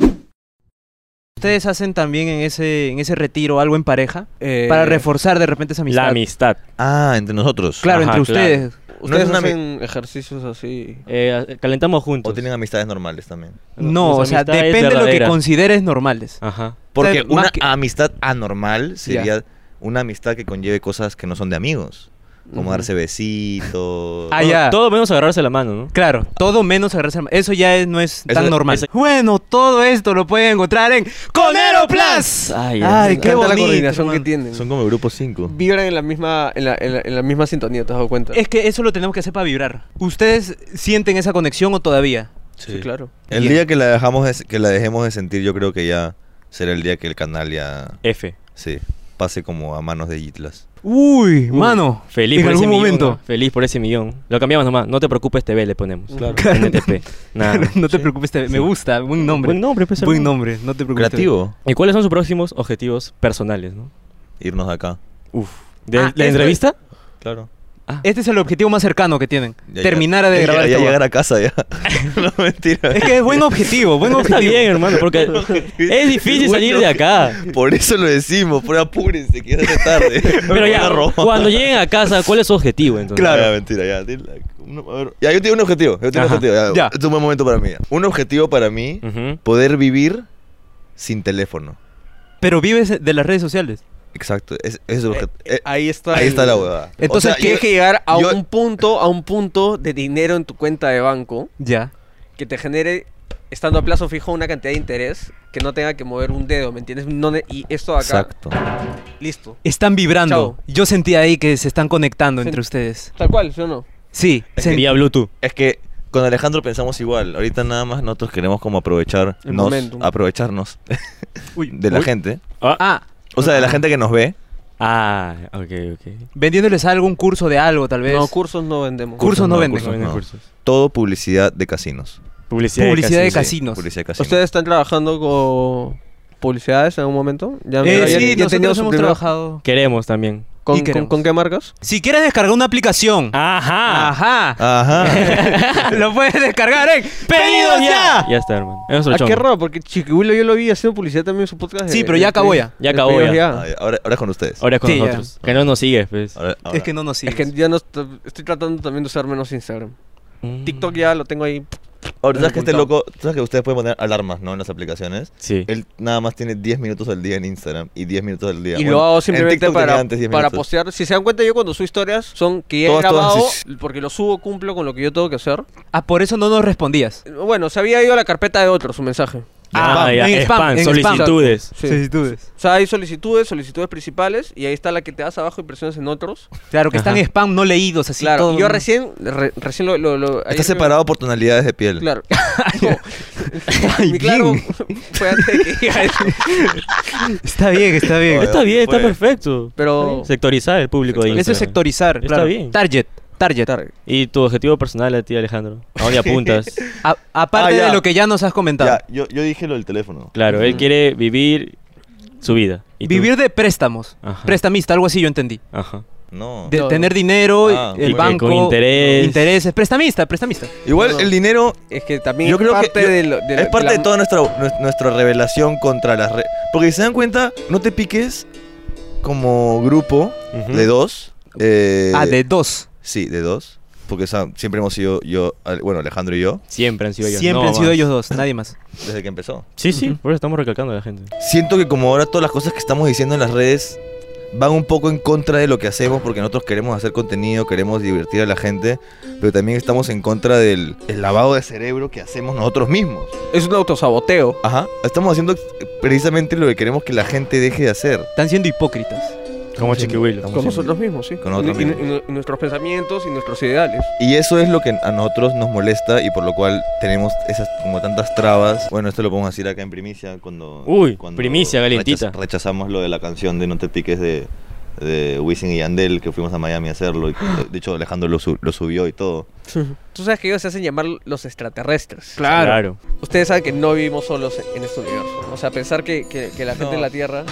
Speaker 2: ¿Ustedes hacen también en ese, en ese retiro algo en pareja?
Speaker 3: Eh,
Speaker 2: Para reforzar de repente esa amistad.
Speaker 1: La amistad.
Speaker 4: Ah, entre nosotros.
Speaker 2: Claro,
Speaker 1: Ajá,
Speaker 2: entre
Speaker 1: claro.
Speaker 2: ustedes.
Speaker 4: No es
Speaker 3: Ustedes
Speaker 4: una mi-
Speaker 3: hacen ejercicios así.
Speaker 1: Eh, calentamos juntos.
Speaker 4: Ah, O tienen amistades normales también.
Speaker 2: No,
Speaker 1: Nuestra
Speaker 2: o sea,
Speaker 1: amistad es
Speaker 2: depende de lo que
Speaker 1: verdadera.
Speaker 2: consideres normales.
Speaker 1: Ajá.
Speaker 4: Porque
Speaker 2: más
Speaker 4: una
Speaker 2: que-
Speaker 4: amistad anormal sería una amistad que conlleve cosas que no son de amigos. Como
Speaker 3: Ujú.
Speaker 4: darse besitos.
Speaker 2: Ah, ya.
Speaker 1: Todo menos agarrarse la mano, ¿no?
Speaker 2: Claro, todo menos agarrarse la mano. Eso ya es- no es
Speaker 4: Eso-
Speaker 2: tan normal.
Speaker 4: eso-
Speaker 2: Bueno, todo esto lo pueden encontrar en Conero Plus.
Speaker 1: Ay,
Speaker 2: Ay,
Speaker 3: Me
Speaker 2: qué bonito.
Speaker 3: encanta la coordinación
Speaker 2: hermano.
Speaker 3: que tienen.
Speaker 4: Son como grupo 5.
Speaker 3: Vibran en la misma en la, en la- en la misma sintonía, ¿te has dado cuenta?
Speaker 2: Es que eso lo tenemos que hacer para vibrar. ¿Ustedes sienten esa conexión o todavía?
Speaker 3: sí, claro.
Speaker 4: El
Speaker 2: Bien.
Speaker 4: día que la, dejamos de- que la dejemos de sentir, yo creo que ya será el día que el canal ya.
Speaker 1: F.
Speaker 4: Sí. pase como a manos de Yitlas.
Speaker 2: Uy, mano.
Speaker 1: Feliz
Speaker 2: en
Speaker 1: por
Speaker 2: algún
Speaker 1: ese millón,
Speaker 2: momento.
Speaker 1: ¿no? Feliz por ese millón. Lo cambiamos nomás. No te preocupes, TV le ponemos.
Speaker 3: Claro.
Speaker 2: [laughs]
Speaker 1: NTP. Nada.
Speaker 2: no te preocupes, te- me gusta. Buen nombre.
Speaker 1: Buen nombre, pues,
Speaker 2: Buen
Speaker 1: hermano.
Speaker 2: nombre, no te preocupes.
Speaker 4: Creativo,
Speaker 1: ¿Y cuáles son sus próximos objetivos personales, no?
Speaker 4: irnos de acá.
Speaker 1: Uf. ¿De
Speaker 2: Ah,
Speaker 1: la
Speaker 2: este-
Speaker 1: entrevista?
Speaker 4: Claro.
Speaker 2: Este es el objetivo más cercano que tienen.
Speaker 4: Ya
Speaker 2: terminar
Speaker 4: llegar-
Speaker 2: de
Speaker 4: ya-
Speaker 2: grabar
Speaker 4: ya,
Speaker 2: esta
Speaker 4: llegar a casa ya. [laughs] no, mentira. [laughs]
Speaker 2: hueá. Es que es buen objetivo, buen
Speaker 1: [laughs] Está
Speaker 2: [laughs] objetivo.
Speaker 1: bien, hermano, porque es difícil salir de acá.
Speaker 4: Por eso lo decimos, por apúrense, que ya es tarde.
Speaker 1: Pero ya, cuando lleguen a casa, ¿cuál es su objetivo entonces?
Speaker 4: [laughs] Claro. Ya, mentira, ya. dile- uno- a ver, Ya, yo tengo un objetivo. Yo tengo
Speaker 1: Ajá,
Speaker 4: un objetivo. Ya,
Speaker 2: ya.
Speaker 4: Este es un buen momento para mí. ya. Un objetivo para mí,
Speaker 1: Ujú.
Speaker 4: poder vivir sin teléfono.
Speaker 2: Pero vives de las redes sociales.
Speaker 4: Exacto. Es, es el obje- eh,
Speaker 3: Ahí está.
Speaker 4: ahí
Speaker 3: el-
Speaker 4: está la huevada. O
Speaker 2: Entonces,
Speaker 4: sea,
Speaker 3: Tienes
Speaker 4: yo-
Speaker 3: que llegar a
Speaker 4: yo-
Speaker 3: un punto, a un punto de dinero en tu cuenta de banco
Speaker 2: Ya.
Speaker 3: que te genere, estando a plazo fijo, una cantidad de interés que no tenga que mover un dedo, ¿me entiendes? No ne- y esto de acá,
Speaker 4: Exacto.
Speaker 3: listo.
Speaker 2: Están vibrando.
Speaker 3: Chao.
Speaker 2: Yo sentí ahí que se están conectando
Speaker 3: Sí.
Speaker 2: entre ustedes.
Speaker 3: Tal cual, ¿sí o no?
Speaker 2: Sí, sen-
Speaker 1: Vía Bluetooth.
Speaker 4: Es que con Alejandro pensamos igual. Ahorita nada más nosotros queremos como aprovechar
Speaker 3: El
Speaker 4: nos-
Speaker 3: momentum.
Speaker 4: aprovecharnos
Speaker 2: Uy,
Speaker 4: de la
Speaker 2: uy.
Speaker 4: gente.
Speaker 1: Ah,
Speaker 2: Ah,
Speaker 4: O sea, de la gente que nos ve.
Speaker 1: ah, ok, ok.
Speaker 2: vendiéndoles algún curso de algo, tal vez.
Speaker 3: No, cursos no vendemos.
Speaker 2: Cursos no venden.
Speaker 4: cursos
Speaker 1: venden
Speaker 4: no.
Speaker 1: cursos.
Speaker 4: Todo publicidad de casinos.
Speaker 1: Publicidad,
Speaker 2: Publicidad de
Speaker 1: casinos.
Speaker 2: casi- Casinos.
Speaker 4: Publicidad de casinos.
Speaker 3: ¿Ustedes están trabajando con publicidades en algún momento? ¿Ya,
Speaker 2: Eh,
Speaker 3: ya-
Speaker 2: sí,
Speaker 3: ya han tenido
Speaker 2: nosotros
Speaker 3: su
Speaker 2: hemos
Speaker 3: primer-
Speaker 2: trabajado.
Speaker 1: Queremos también.
Speaker 3: ¿Con,
Speaker 2: Y
Speaker 3: con-
Speaker 2: queremos.
Speaker 3: con qué marcas?
Speaker 2: Si quieres descargar una aplicación.
Speaker 3: Ah.
Speaker 1: Ajá.
Speaker 2: Ajá.
Speaker 3: [laughs]
Speaker 4: Ajá.
Speaker 2: [laughs] Lo puedes descargar, ¿eh? ¡Pedidos ya!
Speaker 1: Ya está, hermano. Es nuestro
Speaker 3: Ah, qué
Speaker 1: chongo.
Speaker 3: raro, porque Chiquibulo yo lo vi haciendo publicidad también en su podcast. de-
Speaker 2: Sí, pero ya
Speaker 3: de-
Speaker 2: acabó
Speaker 3: de-
Speaker 2: ya.
Speaker 1: Ya
Speaker 3: de
Speaker 1: acabó
Speaker 3: pedidos
Speaker 1: ya.
Speaker 4: Ay, ahora, ahora con ustedes.
Speaker 1: Ahora con
Speaker 2: Sí, ya.
Speaker 1: nosotros. Que no nos sigues, pues.
Speaker 4: Ahora- ahora.
Speaker 2: Es que no nos
Speaker 3: Es
Speaker 2: sigues.
Speaker 3: que ya no est- estoy tratando también de usar menos Instagram.
Speaker 1: Mm.
Speaker 3: TikTok ya lo tengo ahí.
Speaker 4: Ahora, ¿sabes que este
Speaker 3: Apuntado.
Speaker 4: loco? ¿tú ¿Sabes que ustedes pueden poner alarmas, no? En las aplicaciones.
Speaker 1: Sí.
Speaker 4: Él nada más tiene 10 minutos al día en Instagram y 10 minutos al día.
Speaker 3: Y
Speaker 4: Bueno,
Speaker 3: lo
Speaker 4: en
Speaker 3: hago simplemente
Speaker 4: TikTok tenía
Speaker 3: para,
Speaker 4: antes 10
Speaker 3: para
Speaker 4: minutos.
Speaker 3: postear. Si se dan cuenta, yo cuando subo historias son que ya he
Speaker 4: Todas, todas,
Speaker 3: grabado,
Speaker 4: sí.
Speaker 3: porque lo subo, cumplo con lo que yo tengo que hacer.
Speaker 2: Ah, por eso no nos respondías.
Speaker 3: Bueno, se había ido a la carpeta de otro su mensaje.
Speaker 1: Ah,
Speaker 2: spam,
Speaker 1: ya,
Speaker 2: en spam,
Speaker 1: spam,
Speaker 2: en spam.
Speaker 1: solicitudes.
Speaker 3: Sí.
Speaker 2: Solicitudes.
Speaker 3: O sea, hay solicitudes, solicitudes principales, y ahí está la que te das abajo y presionas en otros.
Speaker 2: Claro, que están
Speaker 1: Ajá.
Speaker 2: spam no leídos, así
Speaker 3: claro,
Speaker 2: todo,
Speaker 3: y yo
Speaker 2: ¿no?
Speaker 3: recién, re- recién lo... lo- lo- ayer
Speaker 4: Está
Speaker 3: me-
Speaker 4: separado por tonalidades de piel.
Speaker 3: [laughs] Claro. No. Mi claro fue antes de [laughs] que diga eso.
Speaker 2: Está bien, está bien.
Speaker 4: Oye,
Speaker 1: Está bien, está
Speaker 4: Fue-
Speaker 1: perfecto.
Speaker 3: Pero-
Speaker 1: Sectorizar el público de
Speaker 2: Eso es
Speaker 1: Instagram.
Speaker 2: sectorizar,
Speaker 1: Está
Speaker 2: claro.
Speaker 1: bien.
Speaker 2: Target, target.
Speaker 1: ¿Y tu objetivo personal a ti, Alejandro? ¿A
Speaker 4: [laughs]
Speaker 1: dónde apuntas?
Speaker 2: A- aparte
Speaker 4: Ah, ya.
Speaker 2: de lo que ya nos has comentado.
Speaker 4: Ya, yo, yo dije lo del teléfono.
Speaker 1: Claro, él
Speaker 3: Ujú.
Speaker 1: quiere vivir su vida. ¿Y tú?
Speaker 2: Vivir de préstamos.
Speaker 1: Ajá.
Speaker 2: Prestamista, algo así yo entendí.
Speaker 1: Ajá.
Speaker 4: No.
Speaker 2: De
Speaker 3: No,
Speaker 2: tener dinero,
Speaker 4: Ah,
Speaker 2: el
Speaker 1: ok.
Speaker 2: banco,
Speaker 1: Con interés. Eh,
Speaker 2: intereses, prestamista, prestamista.
Speaker 4: Igual
Speaker 3: No.
Speaker 4: el dinero
Speaker 3: Es que también
Speaker 4: Yo creo
Speaker 3: es
Speaker 4: que-
Speaker 3: parte
Speaker 4: yo-
Speaker 3: de lo- de
Speaker 4: es
Speaker 3: la-
Speaker 4: parte
Speaker 3: la-
Speaker 4: de toda nuestra, nues- nuestra revelación contra las redes. Porque si se dan cuenta, no te piques como grupo
Speaker 1: Ujú.
Speaker 4: de dos. eh,
Speaker 2: ah, de dos.
Speaker 4: Sí, de dos. Porque o sea, siempre hemos sido yo, al- bueno, Alejandro y yo,
Speaker 1: Siempre han sido ellos.
Speaker 2: Siempre
Speaker 1: no
Speaker 2: han sido
Speaker 1: más.
Speaker 2: ellos dos, nadie más.
Speaker 4: desde que empezó.
Speaker 1: Sí, sí,
Speaker 2: Ujú.
Speaker 1: por eso estamos recalcando a la gente.
Speaker 4: Siento que como ahora todas las cosas que estamos diciendo en las redes van un poco en contra de lo que hacemos porque nosotros queremos hacer contenido, queremos divertir a la gente, pero también estamos en contra del el lavado de cerebro que hacemos nosotros mismos.
Speaker 3: Es un autosaboteo.
Speaker 4: Ajá, estamos haciendo ex- precisamente lo que queremos que la gente deje de hacer.
Speaker 2: Están siendo hipócritas.
Speaker 1: Como Chiquihuilo.
Speaker 4: Estamos
Speaker 3: Con
Speaker 4: haciendo-
Speaker 3: nosotros mismos, sí.
Speaker 4: Con nosotros
Speaker 3: Y- y-
Speaker 4: mismos.
Speaker 3: y- y nuestros pensamientos y nuestros ideales.
Speaker 4: Y eso es lo que a nosotros nos molesta y por lo cual tenemos esas como tantas trabas. Bueno, esto lo podemos decir acá en primicia cuando...
Speaker 1: Uy,
Speaker 4: cuando
Speaker 1: primicia, calientita.
Speaker 4: rechaz- rechazamos lo de la canción de No te piques de, de Wisin y Yandel, que fuimos a Miami a hacerlo. y- de hecho, Alejandro lo, su- lo subió y todo.
Speaker 3: Tú sabes que ellos se hacen llamar los extraterrestres.
Speaker 1: Claro.
Speaker 3: Ustedes saben que no vivimos solos en este universo. O sea, pensar que, que- que la gente
Speaker 4: No.
Speaker 3: en la Tierra...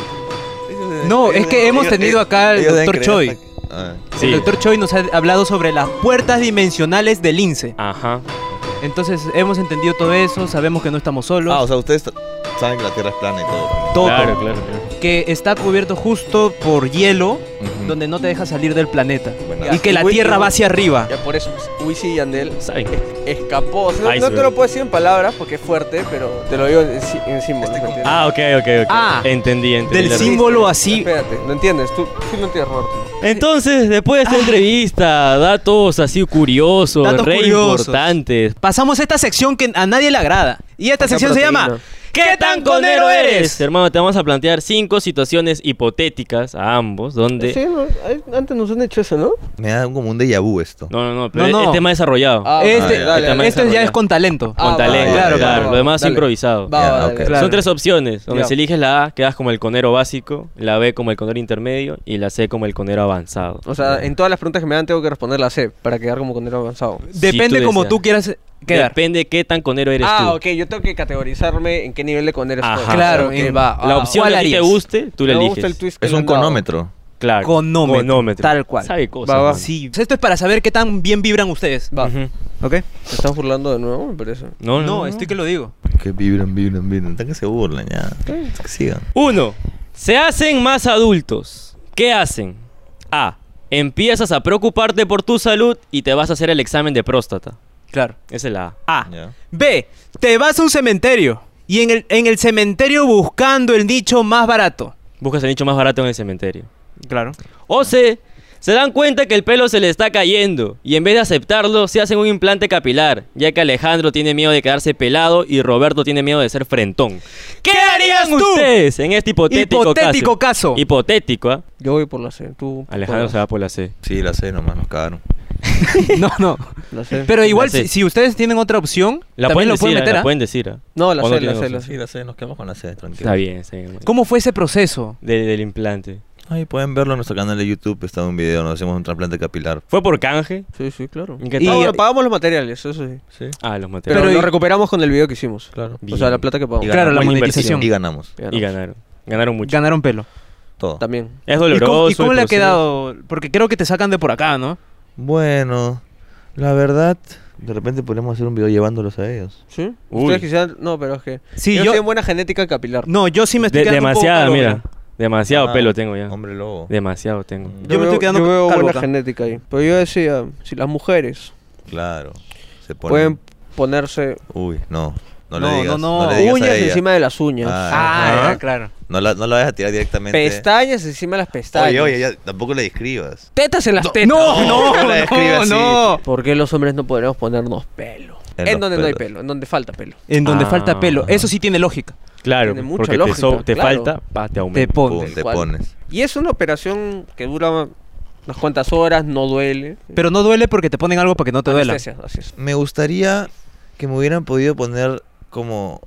Speaker 2: No, es que hemos tenido acá al
Speaker 4: Ellos deben
Speaker 2: doctor
Speaker 4: creer
Speaker 2: Choi.
Speaker 4: hasta que- Ah,
Speaker 1: Sí.
Speaker 2: El doctor Choi nos ha hablado sobre las puertas dimensionales del INSE.
Speaker 1: Ajá.
Speaker 2: Entonces hemos entendido todo eso, sabemos que no estamos solos.
Speaker 4: Ah, o sea, ustedes t- saben que la Tierra es plana y todo. también.
Speaker 2: todo
Speaker 1: Claro, claro, claro.
Speaker 2: que está cubierto justo por hielo,
Speaker 4: Ujú.
Speaker 2: donde no te deja salir del planeta.
Speaker 4: Buenazo.
Speaker 2: Y que la
Speaker 3: Uy,
Speaker 2: Tierra
Speaker 3: uy.
Speaker 2: va hacia arriba.
Speaker 3: Ya por eso, pues, Wisin y Yandel
Speaker 1: ¿Saben qué?
Speaker 3: escapó. O sea, no- no,
Speaker 1: Iceberg.
Speaker 3: te lo puedo decir en palabras porque es fuerte, pero te lo digo en- en- encima. ¿no? ¿Me
Speaker 1: Ah, ok, ok, ok.
Speaker 2: Ah.
Speaker 1: entendí, entendí.
Speaker 2: Del
Speaker 1: la
Speaker 2: símbolo así.
Speaker 3: Espérate, ¿no entiendes? Tú sí lo entiendes, Roberto.
Speaker 1: Entonces, después de esta entrevista, datos así curiosos,
Speaker 2: Ah. Datos
Speaker 1: re
Speaker 2: curiosos.
Speaker 1: importantes.
Speaker 2: Pasamos a esta sección que a nadie le agrada. Y esta
Speaker 3: Una
Speaker 2: sección se llama
Speaker 3: proteína.
Speaker 2: ¿Qué tan conero eres?
Speaker 1: Hermano, te vamos a plantear cinco situaciones hipotéticas a ambos donde...
Speaker 3: Sí, no, ay, antes nos han hecho eso, ¿no?
Speaker 4: Me da como un déjà vu esto.
Speaker 1: No, no, no, pero
Speaker 2: No,
Speaker 1: el-
Speaker 2: no.
Speaker 1: el tema desarrollado.
Speaker 3: Ah,
Speaker 2: Este-
Speaker 4: ya, dale,
Speaker 1: dale.
Speaker 2: esto ya es con talento.
Speaker 3: Ah,
Speaker 1: con talento,
Speaker 4: va,
Speaker 1: claro,
Speaker 4: va,
Speaker 1: claro.
Speaker 4: va,
Speaker 1: Lo demás es
Speaker 3: dale.
Speaker 1: improvisado.
Speaker 3: Va, va,
Speaker 4: Ya,
Speaker 3: dale,
Speaker 4: ok.
Speaker 3: dale.
Speaker 2: Claro.
Speaker 1: Son tres opciones. Donde
Speaker 3: Ya.
Speaker 1: se eliges la A, quedas como el conero básico, la B como el conero intermedio y la C como el conero avanzado.
Speaker 3: O sea, en todas las preguntas que me dan tengo que responder la C para quedar como conero avanzado.
Speaker 2: Depende
Speaker 1: tú
Speaker 2: como
Speaker 1: deseas.
Speaker 2: tú quieras eh, quedar.
Speaker 1: Depende qué tan conero eres
Speaker 3: ah,
Speaker 1: tú.
Speaker 3: ok, yo tengo que categorizarme en qué nivel de conero
Speaker 1: Ajá.
Speaker 3: estoy.
Speaker 2: Claro,
Speaker 3: Ok,
Speaker 2: y-
Speaker 3: va.
Speaker 1: La
Speaker 3: Ah,
Speaker 1: opción
Speaker 2: ¿cuál
Speaker 1: que a ti te
Speaker 2: harías?
Speaker 1: guste, tú la
Speaker 3: me
Speaker 1: eliges.
Speaker 3: gusta el twist que
Speaker 4: Es
Speaker 3: le
Speaker 4: un
Speaker 3: han dado.
Speaker 4: cronómetro.
Speaker 1: Claro.
Speaker 2: Conómetro,
Speaker 1: Conómetro.
Speaker 2: tal cual.
Speaker 1: Sabe cosas.
Speaker 3: Va, va.
Speaker 1: ¿no?
Speaker 2: Sí. Esto es para saber qué tan bien vibran ustedes.
Speaker 3: Va.
Speaker 1: Ujú.
Speaker 2: ¿Ok?
Speaker 3: ¿Te estás burlando de nuevo? Me parece.
Speaker 1: No, no,
Speaker 2: No,
Speaker 1: no.
Speaker 2: estoy que lo digo.
Speaker 4: Que vibran, vibran, vibran. Están que se burlan ya.
Speaker 2: Mm.
Speaker 4: Que sigan.
Speaker 1: Uno. Se hacen más adultos. ¿Qué hacen? A. Empiezas a preocuparte por tu salud y te vas a hacer el examen de próstata.
Speaker 2: Claro.
Speaker 1: Esa es la A. Ah,
Speaker 4: Ya.
Speaker 2: B. Te vas a un cementerio. Y en el, en el cementerio buscando el nicho más barato.
Speaker 1: Buscas el nicho más barato en el cementerio.
Speaker 2: Claro.
Speaker 1: O C. Se dan cuenta que el pelo se le está cayendo y en vez de aceptarlo se hacen un implante capilar, ya que Alejandro tiene miedo de quedarse pelado y Roberto tiene miedo de ser frentón.
Speaker 2: ¿Qué harías tú? [laughs]
Speaker 1: Ustedes en este hipotético,
Speaker 2: Hipotético caso.
Speaker 1: Hipotético, ¿ah?
Speaker 3: Yo voy por la C. Tú.
Speaker 1: Alejandro se va por la C.
Speaker 4: Sí, la sé nomás, nos cagaron.
Speaker 2: No, no.
Speaker 3: La C.
Speaker 2: Pero igual,
Speaker 1: La C.
Speaker 2: si, si ustedes tienen otra opción,
Speaker 1: La pueden
Speaker 2: también lo
Speaker 1: decir,
Speaker 2: pueden
Speaker 1: ¿ah?
Speaker 2: meter.
Speaker 1: la
Speaker 2: ¿ah?
Speaker 1: pueden decir. ¿ah?
Speaker 3: No, la
Speaker 1: ¿O
Speaker 3: C,
Speaker 1: tiene
Speaker 3: la C, la
Speaker 1: opción?
Speaker 3: C.
Speaker 4: la sé, nos quedamos con la C, tranquilo.
Speaker 1: Está bien, está bien.
Speaker 2: ¿Cómo fue ese proceso?
Speaker 1: De- del implante.
Speaker 4: Ahí pueden verlo en nuestro canal de YouTube, está un video, nos hacemos un trasplante capilar.
Speaker 1: ¿Fue por canje?
Speaker 3: Sí, sí, claro.
Speaker 1: ¿Y qué
Speaker 3: Y
Speaker 1: tal?
Speaker 3: bueno, pagamos los materiales, eso sí.
Speaker 4: Sí,
Speaker 1: Ah, los
Speaker 3: Pero,
Speaker 1: materiales.
Speaker 2: Pero
Speaker 3: lo
Speaker 2: y-
Speaker 3: recuperamos con el video que hicimos.
Speaker 4: claro.
Speaker 3: O sea,
Speaker 1: Bien.
Speaker 3: la plata que pagamos.
Speaker 4: Y
Speaker 2: Claro, la
Speaker 4: ganamos.
Speaker 2: monetización.
Speaker 4: Y ganamos.
Speaker 1: y ganaron. Ganaron mucho.
Speaker 2: Ganaron pelo.
Speaker 4: Todo.
Speaker 3: También.
Speaker 1: es
Speaker 2: ¿Y
Speaker 1: doloroso.
Speaker 2: cómo, y
Speaker 1: el
Speaker 2: cómo le ha
Speaker 1: proceso.
Speaker 2: quedado? Porque creo que te sacan de por acá, ¿no?
Speaker 4: Bueno, la verdad, de repente podemos hacer un video llevándolos a ellos.
Speaker 3: ¿Sí?
Speaker 1: Uy.
Speaker 3: Ustedes quizás... No, pero es que...
Speaker 2: Sí,
Speaker 3: yo...
Speaker 2: yo-
Speaker 3: tengo buena genética capilar.
Speaker 2: No, yo sí me estoy
Speaker 1: De-
Speaker 2: quedando un poco
Speaker 1: demasiada,
Speaker 2: calvo,
Speaker 1: mira. Demasiado
Speaker 4: Ah,
Speaker 1: pelo tengo ya.
Speaker 4: Hombre lobo.
Speaker 1: Demasiado tengo.
Speaker 4: Mm.
Speaker 2: yo me estoy quedando
Speaker 3: yo veo
Speaker 2: calvo
Speaker 3: buena
Speaker 2: acá.
Speaker 3: genética ahí. Pero yo decía, si las mujeres
Speaker 4: Claro. Se
Speaker 3: pueden
Speaker 4: ponen...
Speaker 3: ponerse
Speaker 4: Uy, no. No,
Speaker 2: No,
Speaker 4: le
Speaker 2: no,
Speaker 4: digas.
Speaker 2: no.
Speaker 4: le digas a
Speaker 3: uñas
Speaker 4: ella.
Speaker 3: encima de las uñas,
Speaker 4: Ah,
Speaker 2: Ah,
Speaker 4: ajá.
Speaker 2: ya, claro.
Speaker 4: No la, no la vayas a tirar directamente.
Speaker 3: pestañas encima de las pestañas,
Speaker 4: Oye, oye, ya, tampoco le describas.
Speaker 3: tetas en las tetas.
Speaker 2: No, [laughs] no,
Speaker 3: [laughs]
Speaker 4: no la describe
Speaker 2: no,
Speaker 4: así.
Speaker 2: no.
Speaker 3: ¿Por qué los hombres no podemos ponernos pelo?
Speaker 4: En
Speaker 3: En,
Speaker 4: los
Speaker 3: donde no hay
Speaker 4: pelos.
Speaker 3: pelo, en donde falta pelo.
Speaker 2: En donde
Speaker 1: Ah,
Speaker 2: falta pelo.
Speaker 4: ajá.
Speaker 2: Eso sí tiene lógica.
Speaker 1: Claro,
Speaker 3: Tiene mucha
Speaker 1: porque te,
Speaker 3: lógica,
Speaker 1: so- te
Speaker 3: claro.
Speaker 1: falta, pa, te
Speaker 2: Te
Speaker 1: aumenta.
Speaker 2: pones.
Speaker 4: Pum, te
Speaker 3: ¿Cuál?
Speaker 4: pones.
Speaker 3: Y es una operación que dura unas cuantas horas, no duele.
Speaker 2: Pero no duele porque te ponen algo para que no te duela.
Speaker 3: Anestesia, así es.
Speaker 4: Me gustaría que me hubieran podido poner como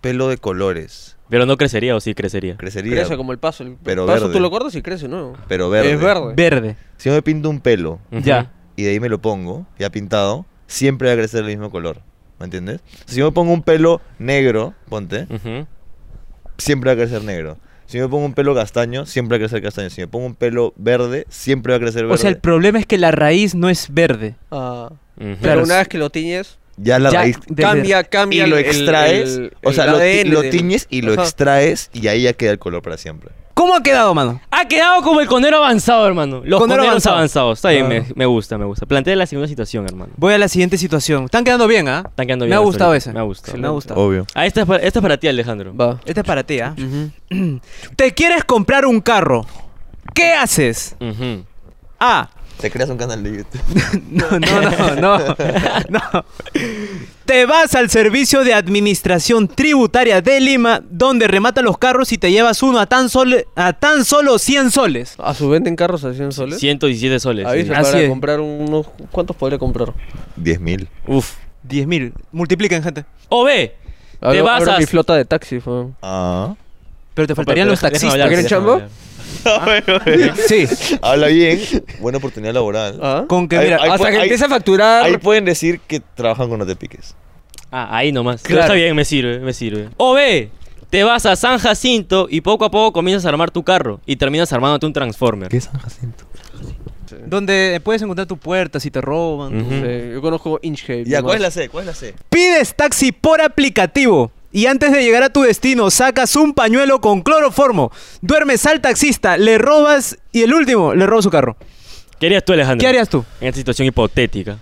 Speaker 4: pelo de colores.
Speaker 1: Pero no crecería o sí crecería.
Speaker 4: Crecería,
Speaker 3: Crece como el paso. El
Speaker 4: Pero
Speaker 3: paso
Speaker 4: verde.
Speaker 3: tú lo cortas y crece, ¿no?
Speaker 4: pero verde.
Speaker 3: Es verde.
Speaker 2: Verde.
Speaker 4: Si yo me pinto un pelo
Speaker 1: Ujú.
Speaker 2: Ya.
Speaker 4: y de ahí me lo pongo, ya pintado, siempre va a crecer el mismo color. ¿Me entiendes? Si yo me pongo un pelo negro, ponte,
Speaker 1: Ujú.
Speaker 4: siempre va a crecer negro. Si me pongo un pelo castaño, siempre va a crecer castaño. Si me pongo un pelo verde, siempre va a crecer verde.
Speaker 2: O sea, el problema es que la raíz no es verde.
Speaker 3: Ah,
Speaker 1: Ujú.
Speaker 3: pero
Speaker 2: Claro,
Speaker 3: una
Speaker 2: sí.
Speaker 3: vez que lo tiñes,
Speaker 4: ya la
Speaker 2: ya,
Speaker 4: raíz.
Speaker 2: de-
Speaker 3: cambia,
Speaker 4: Y
Speaker 3: cambia.
Speaker 4: lo
Speaker 3: el- el-
Speaker 4: extraes,
Speaker 3: el-
Speaker 4: o sea,
Speaker 3: el
Speaker 4: lo, ti-
Speaker 3: ADN
Speaker 4: lo
Speaker 3: del-
Speaker 4: tiñes y lo
Speaker 3: Ajá.
Speaker 4: extraes y ahí ya queda el color para siempre.
Speaker 2: ¿Cómo ha quedado, mano?
Speaker 1: Ha quedado como el conero avanzado, hermano. Los
Speaker 2: Conero
Speaker 1: coneros
Speaker 2: avanzado. Ah.
Speaker 1: avanzados. Está bien,
Speaker 2: Claro.
Speaker 1: me, me gusta, me gusta. Plantea la segunda situación, hermano.
Speaker 2: Voy a la siguiente situación. Están quedando bien, ¿ah?
Speaker 1: Están quedando
Speaker 2: Me
Speaker 1: bien
Speaker 2: ha
Speaker 1: las
Speaker 2: gustado
Speaker 1: soluciones. Me
Speaker 2: esa.
Speaker 1: ha gustado.
Speaker 2: Me ha gustado.
Speaker 4: Obvio.
Speaker 1: Ah, esta es para, esta es para ti, Alejandro.
Speaker 3: Va.
Speaker 2: Esta es para ti, ¿ah? Te quieres comprar un carro. ¿Qué haces?
Speaker 1: Ujú.
Speaker 2: A. [laughs]
Speaker 4: Te creas un canal de YouTube.
Speaker 2: No, no, no, no. no. Te vas al servicio de administración tributaria de Lima, donde rematan los carros y te llevas uno a tan, sole- a tan solo 100 soles.
Speaker 3: ¿A su venta en carros a 100 soles?
Speaker 1: 117 soles.
Speaker 3: Ahí se
Speaker 1: sí.
Speaker 2: Así
Speaker 3: para
Speaker 2: es.
Speaker 3: comprar unos... ¿Cuántos podría comprar?
Speaker 4: 10 mil.
Speaker 1: Uf.
Speaker 2: 10 mil. Multipliquen, gente.
Speaker 1: O B. Te
Speaker 3: Abro-
Speaker 1: vas
Speaker 3: abro
Speaker 1: a...
Speaker 3: mi flota de taxis, weón.
Speaker 4: Ah.
Speaker 2: Pero te faltarían
Speaker 1: Pero
Speaker 2: los
Speaker 1: deja- déjame
Speaker 2: taxistas.
Speaker 1: hablar,
Speaker 3: ¿Quieren
Speaker 1: déjame
Speaker 3: chamba?
Speaker 1: hablar.
Speaker 2: Sí.
Speaker 4: Habla bien. Buena oportunidad laboral.
Speaker 3: ¿Ah?
Speaker 2: Con que,
Speaker 4: Ahí-
Speaker 2: mira,
Speaker 4: ahí
Speaker 3: Hasta
Speaker 4: fue-
Speaker 3: que
Speaker 4: ahí-
Speaker 3: empiece a facturar... pues,
Speaker 4: Ahí pueden decir que trabajan con No Te Piques.
Speaker 1: Ah, ahí nomás. Pero
Speaker 2: Claro.
Speaker 1: está bien, me sirve, me sirve. O B. Te vas a San Jacinto y poco a poco comienzas a armar tu carro y terminas armándote un Transformer.
Speaker 4: es San Jacinto?
Speaker 2: donde puedes encontrar tu puerta si te roban.
Speaker 1: Ujú.
Speaker 3: Sí, eh, yo conozco Inchcape.
Speaker 4: Ya, ¿cuál es la
Speaker 3: nomás.
Speaker 4: C? ¿Cuál es la C?
Speaker 2: Pides taxi por aplicativo. Y antes de llegar a tu destino, sacas un pañuelo con cloroformo. Duermes al taxista, le robas y el último, le robas su carro.
Speaker 1: ¿Qué harías tú, Alejandro?
Speaker 2: ¿Qué harías tú?
Speaker 1: En esta situación hipotética.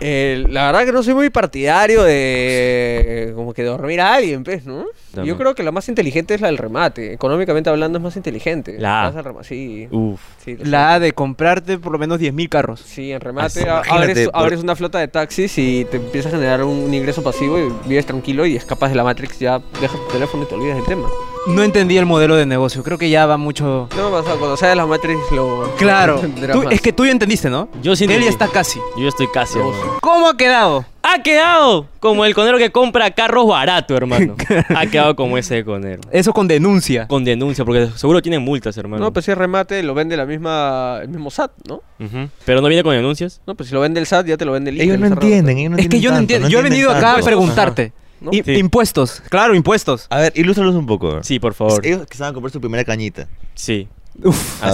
Speaker 3: Eh, la verdad que no soy muy partidario de... Como que dormir a alguien, pues, ¿no?
Speaker 1: también.
Speaker 3: Yo creo que la más inteligente es la del remate. Económicamente hablando es más inteligente.
Speaker 1: La A.
Speaker 3: Vas al rema- Sí.
Speaker 1: Uf.
Speaker 3: sí,
Speaker 2: La A de comprarte por lo menos 10.000 carros.
Speaker 3: Sí, en
Speaker 4: Así,
Speaker 3: remate a-
Speaker 4: imagínate,
Speaker 3: abres,
Speaker 4: por-
Speaker 3: abres una flota de taxis y te empieza a generar un, un ingreso pasivo y vives tranquilo y escapas de la Matrix, ya dejas tu teléfono y te olvidas del tema.
Speaker 2: No entendí el modelo de negocio. Creo que ya va mucho.
Speaker 3: No me pasa, cuando sales de la Matrix lo... [laughs]
Speaker 2: Claro.
Speaker 3: lo entenderás
Speaker 2: [laughs] Tú-
Speaker 3: más.
Speaker 2: es que tú ya entendiste, ¿no?
Speaker 1: Yo sí
Speaker 2: Él
Speaker 1: entendí.
Speaker 2: ya está casi.
Speaker 1: Yo estoy casi.
Speaker 3: Dos.
Speaker 1: hermano.
Speaker 2: ¿Cómo ha quedado?
Speaker 1: Ha quedado como el conero que compra carros barato, hermano.
Speaker 2: [laughs]
Speaker 1: ha quedado como ese conero.
Speaker 2: Eso con denuncia.
Speaker 1: Con denuncia, porque seguro tienen multas, hermano.
Speaker 3: No, pues si es remate lo vende la misma, el mismo SAT, ¿no?
Speaker 1: Ujú. Pero no viene con denuncias.
Speaker 3: No, pues si lo vende el SAT ya te lo vende el INCA,
Speaker 4: Ellos no
Speaker 3: el cerrado.
Speaker 4: entienden, ellos no
Speaker 2: es que
Speaker 4: entienden
Speaker 2: yo no
Speaker 4: tanto,
Speaker 2: entiendo. yo he
Speaker 4: entienden
Speaker 2: venido acá a
Speaker 4: tanto.
Speaker 2: preguntarte.
Speaker 3: ¿No?
Speaker 2: I-
Speaker 1: Sí.
Speaker 2: Impuestos. Claro, impuestos.
Speaker 4: A ver, ilústralos un poco.
Speaker 1: Sí, por favor.
Speaker 4: pues, Ellos que estaban a comprar su primera cañita.
Speaker 1: Sí.
Speaker 2: Uf,
Speaker 1: A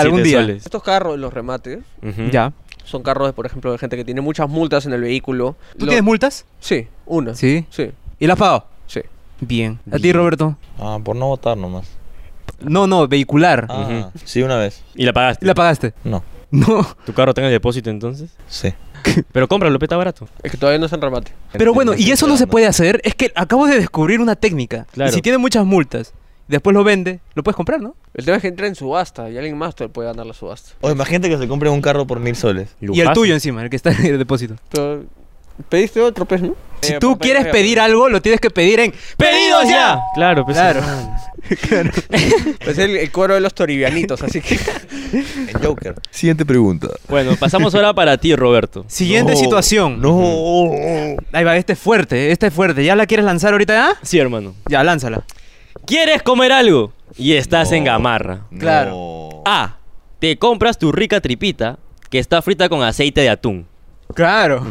Speaker 1: 127
Speaker 2: algún día.
Speaker 1: soles.
Speaker 3: Estos carros, los remates,
Speaker 1: Ujú.
Speaker 2: Ya.
Speaker 3: son carros, por ejemplo, de gente que tiene muchas multas en el vehículo.
Speaker 2: ¿Tú
Speaker 3: Lo-
Speaker 2: tienes multas?
Speaker 3: Sí, una.
Speaker 2: Sí.
Speaker 3: Sí,
Speaker 2: ¿Y las pago?
Speaker 3: sí.
Speaker 2: Bien. ¿A ti, Roberto?
Speaker 4: Ah, por no votar nomás.
Speaker 2: No, no, vehicular.
Speaker 1: Ah,
Speaker 4: Sí, una vez.
Speaker 1: Y la pagaste.
Speaker 2: ¿La pagaste?
Speaker 4: No.
Speaker 2: No.
Speaker 1: ¿Tu carro está en el depósito entonces?
Speaker 4: Sí.
Speaker 1: Pero cómpralo, peta barato.
Speaker 3: Es que todavía no es en remate.
Speaker 2: Pero bueno, y eso no se puede hacer. Es que acabo de descubrir una técnica.
Speaker 1: Claro.
Speaker 2: Y si tiene muchas multas, después lo vende, lo puedes comprar, ¿no?
Speaker 3: El tema es que entra en subasta y alguien más te puede ganar la subasta.
Speaker 4: O imagínate que se compre un carro por mil soles.
Speaker 2: Y el
Speaker 1: Lujazo. Eh,
Speaker 2: tuyo encima, el que está en el depósito.
Speaker 3: Pero, ¿Pediste otro pez, no?
Speaker 2: Si tú
Speaker 1: pues,
Speaker 2: quieres pedir algo, lo tienes que pedir en ¡Pedidos ya!
Speaker 1: Claro, pues.
Speaker 2: Claro.
Speaker 3: Es el, el cuero de los toribianitos,
Speaker 1: [laughs]
Speaker 3: así que.
Speaker 4: El Joker. Siguiente pregunta.
Speaker 1: Bueno, pasamos ahora para ti, Roberto.
Speaker 2: Siguiente
Speaker 4: No,
Speaker 2: situación.
Speaker 4: No.
Speaker 2: Ahí va, este es fuerte, este es fuerte. ¿Ya la quieres lanzar ahorita ya?
Speaker 1: Sí, hermano.
Speaker 2: Ya, lánzala.
Speaker 1: ¿Quieres comer algo? Y estás
Speaker 4: No.
Speaker 1: en gamarra.
Speaker 2: Claro.
Speaker 4: No.
Speaker 1: A. Te compras tu rica tripita que está frita con aceite de atún.
Speaker 2: [laughs] Claro.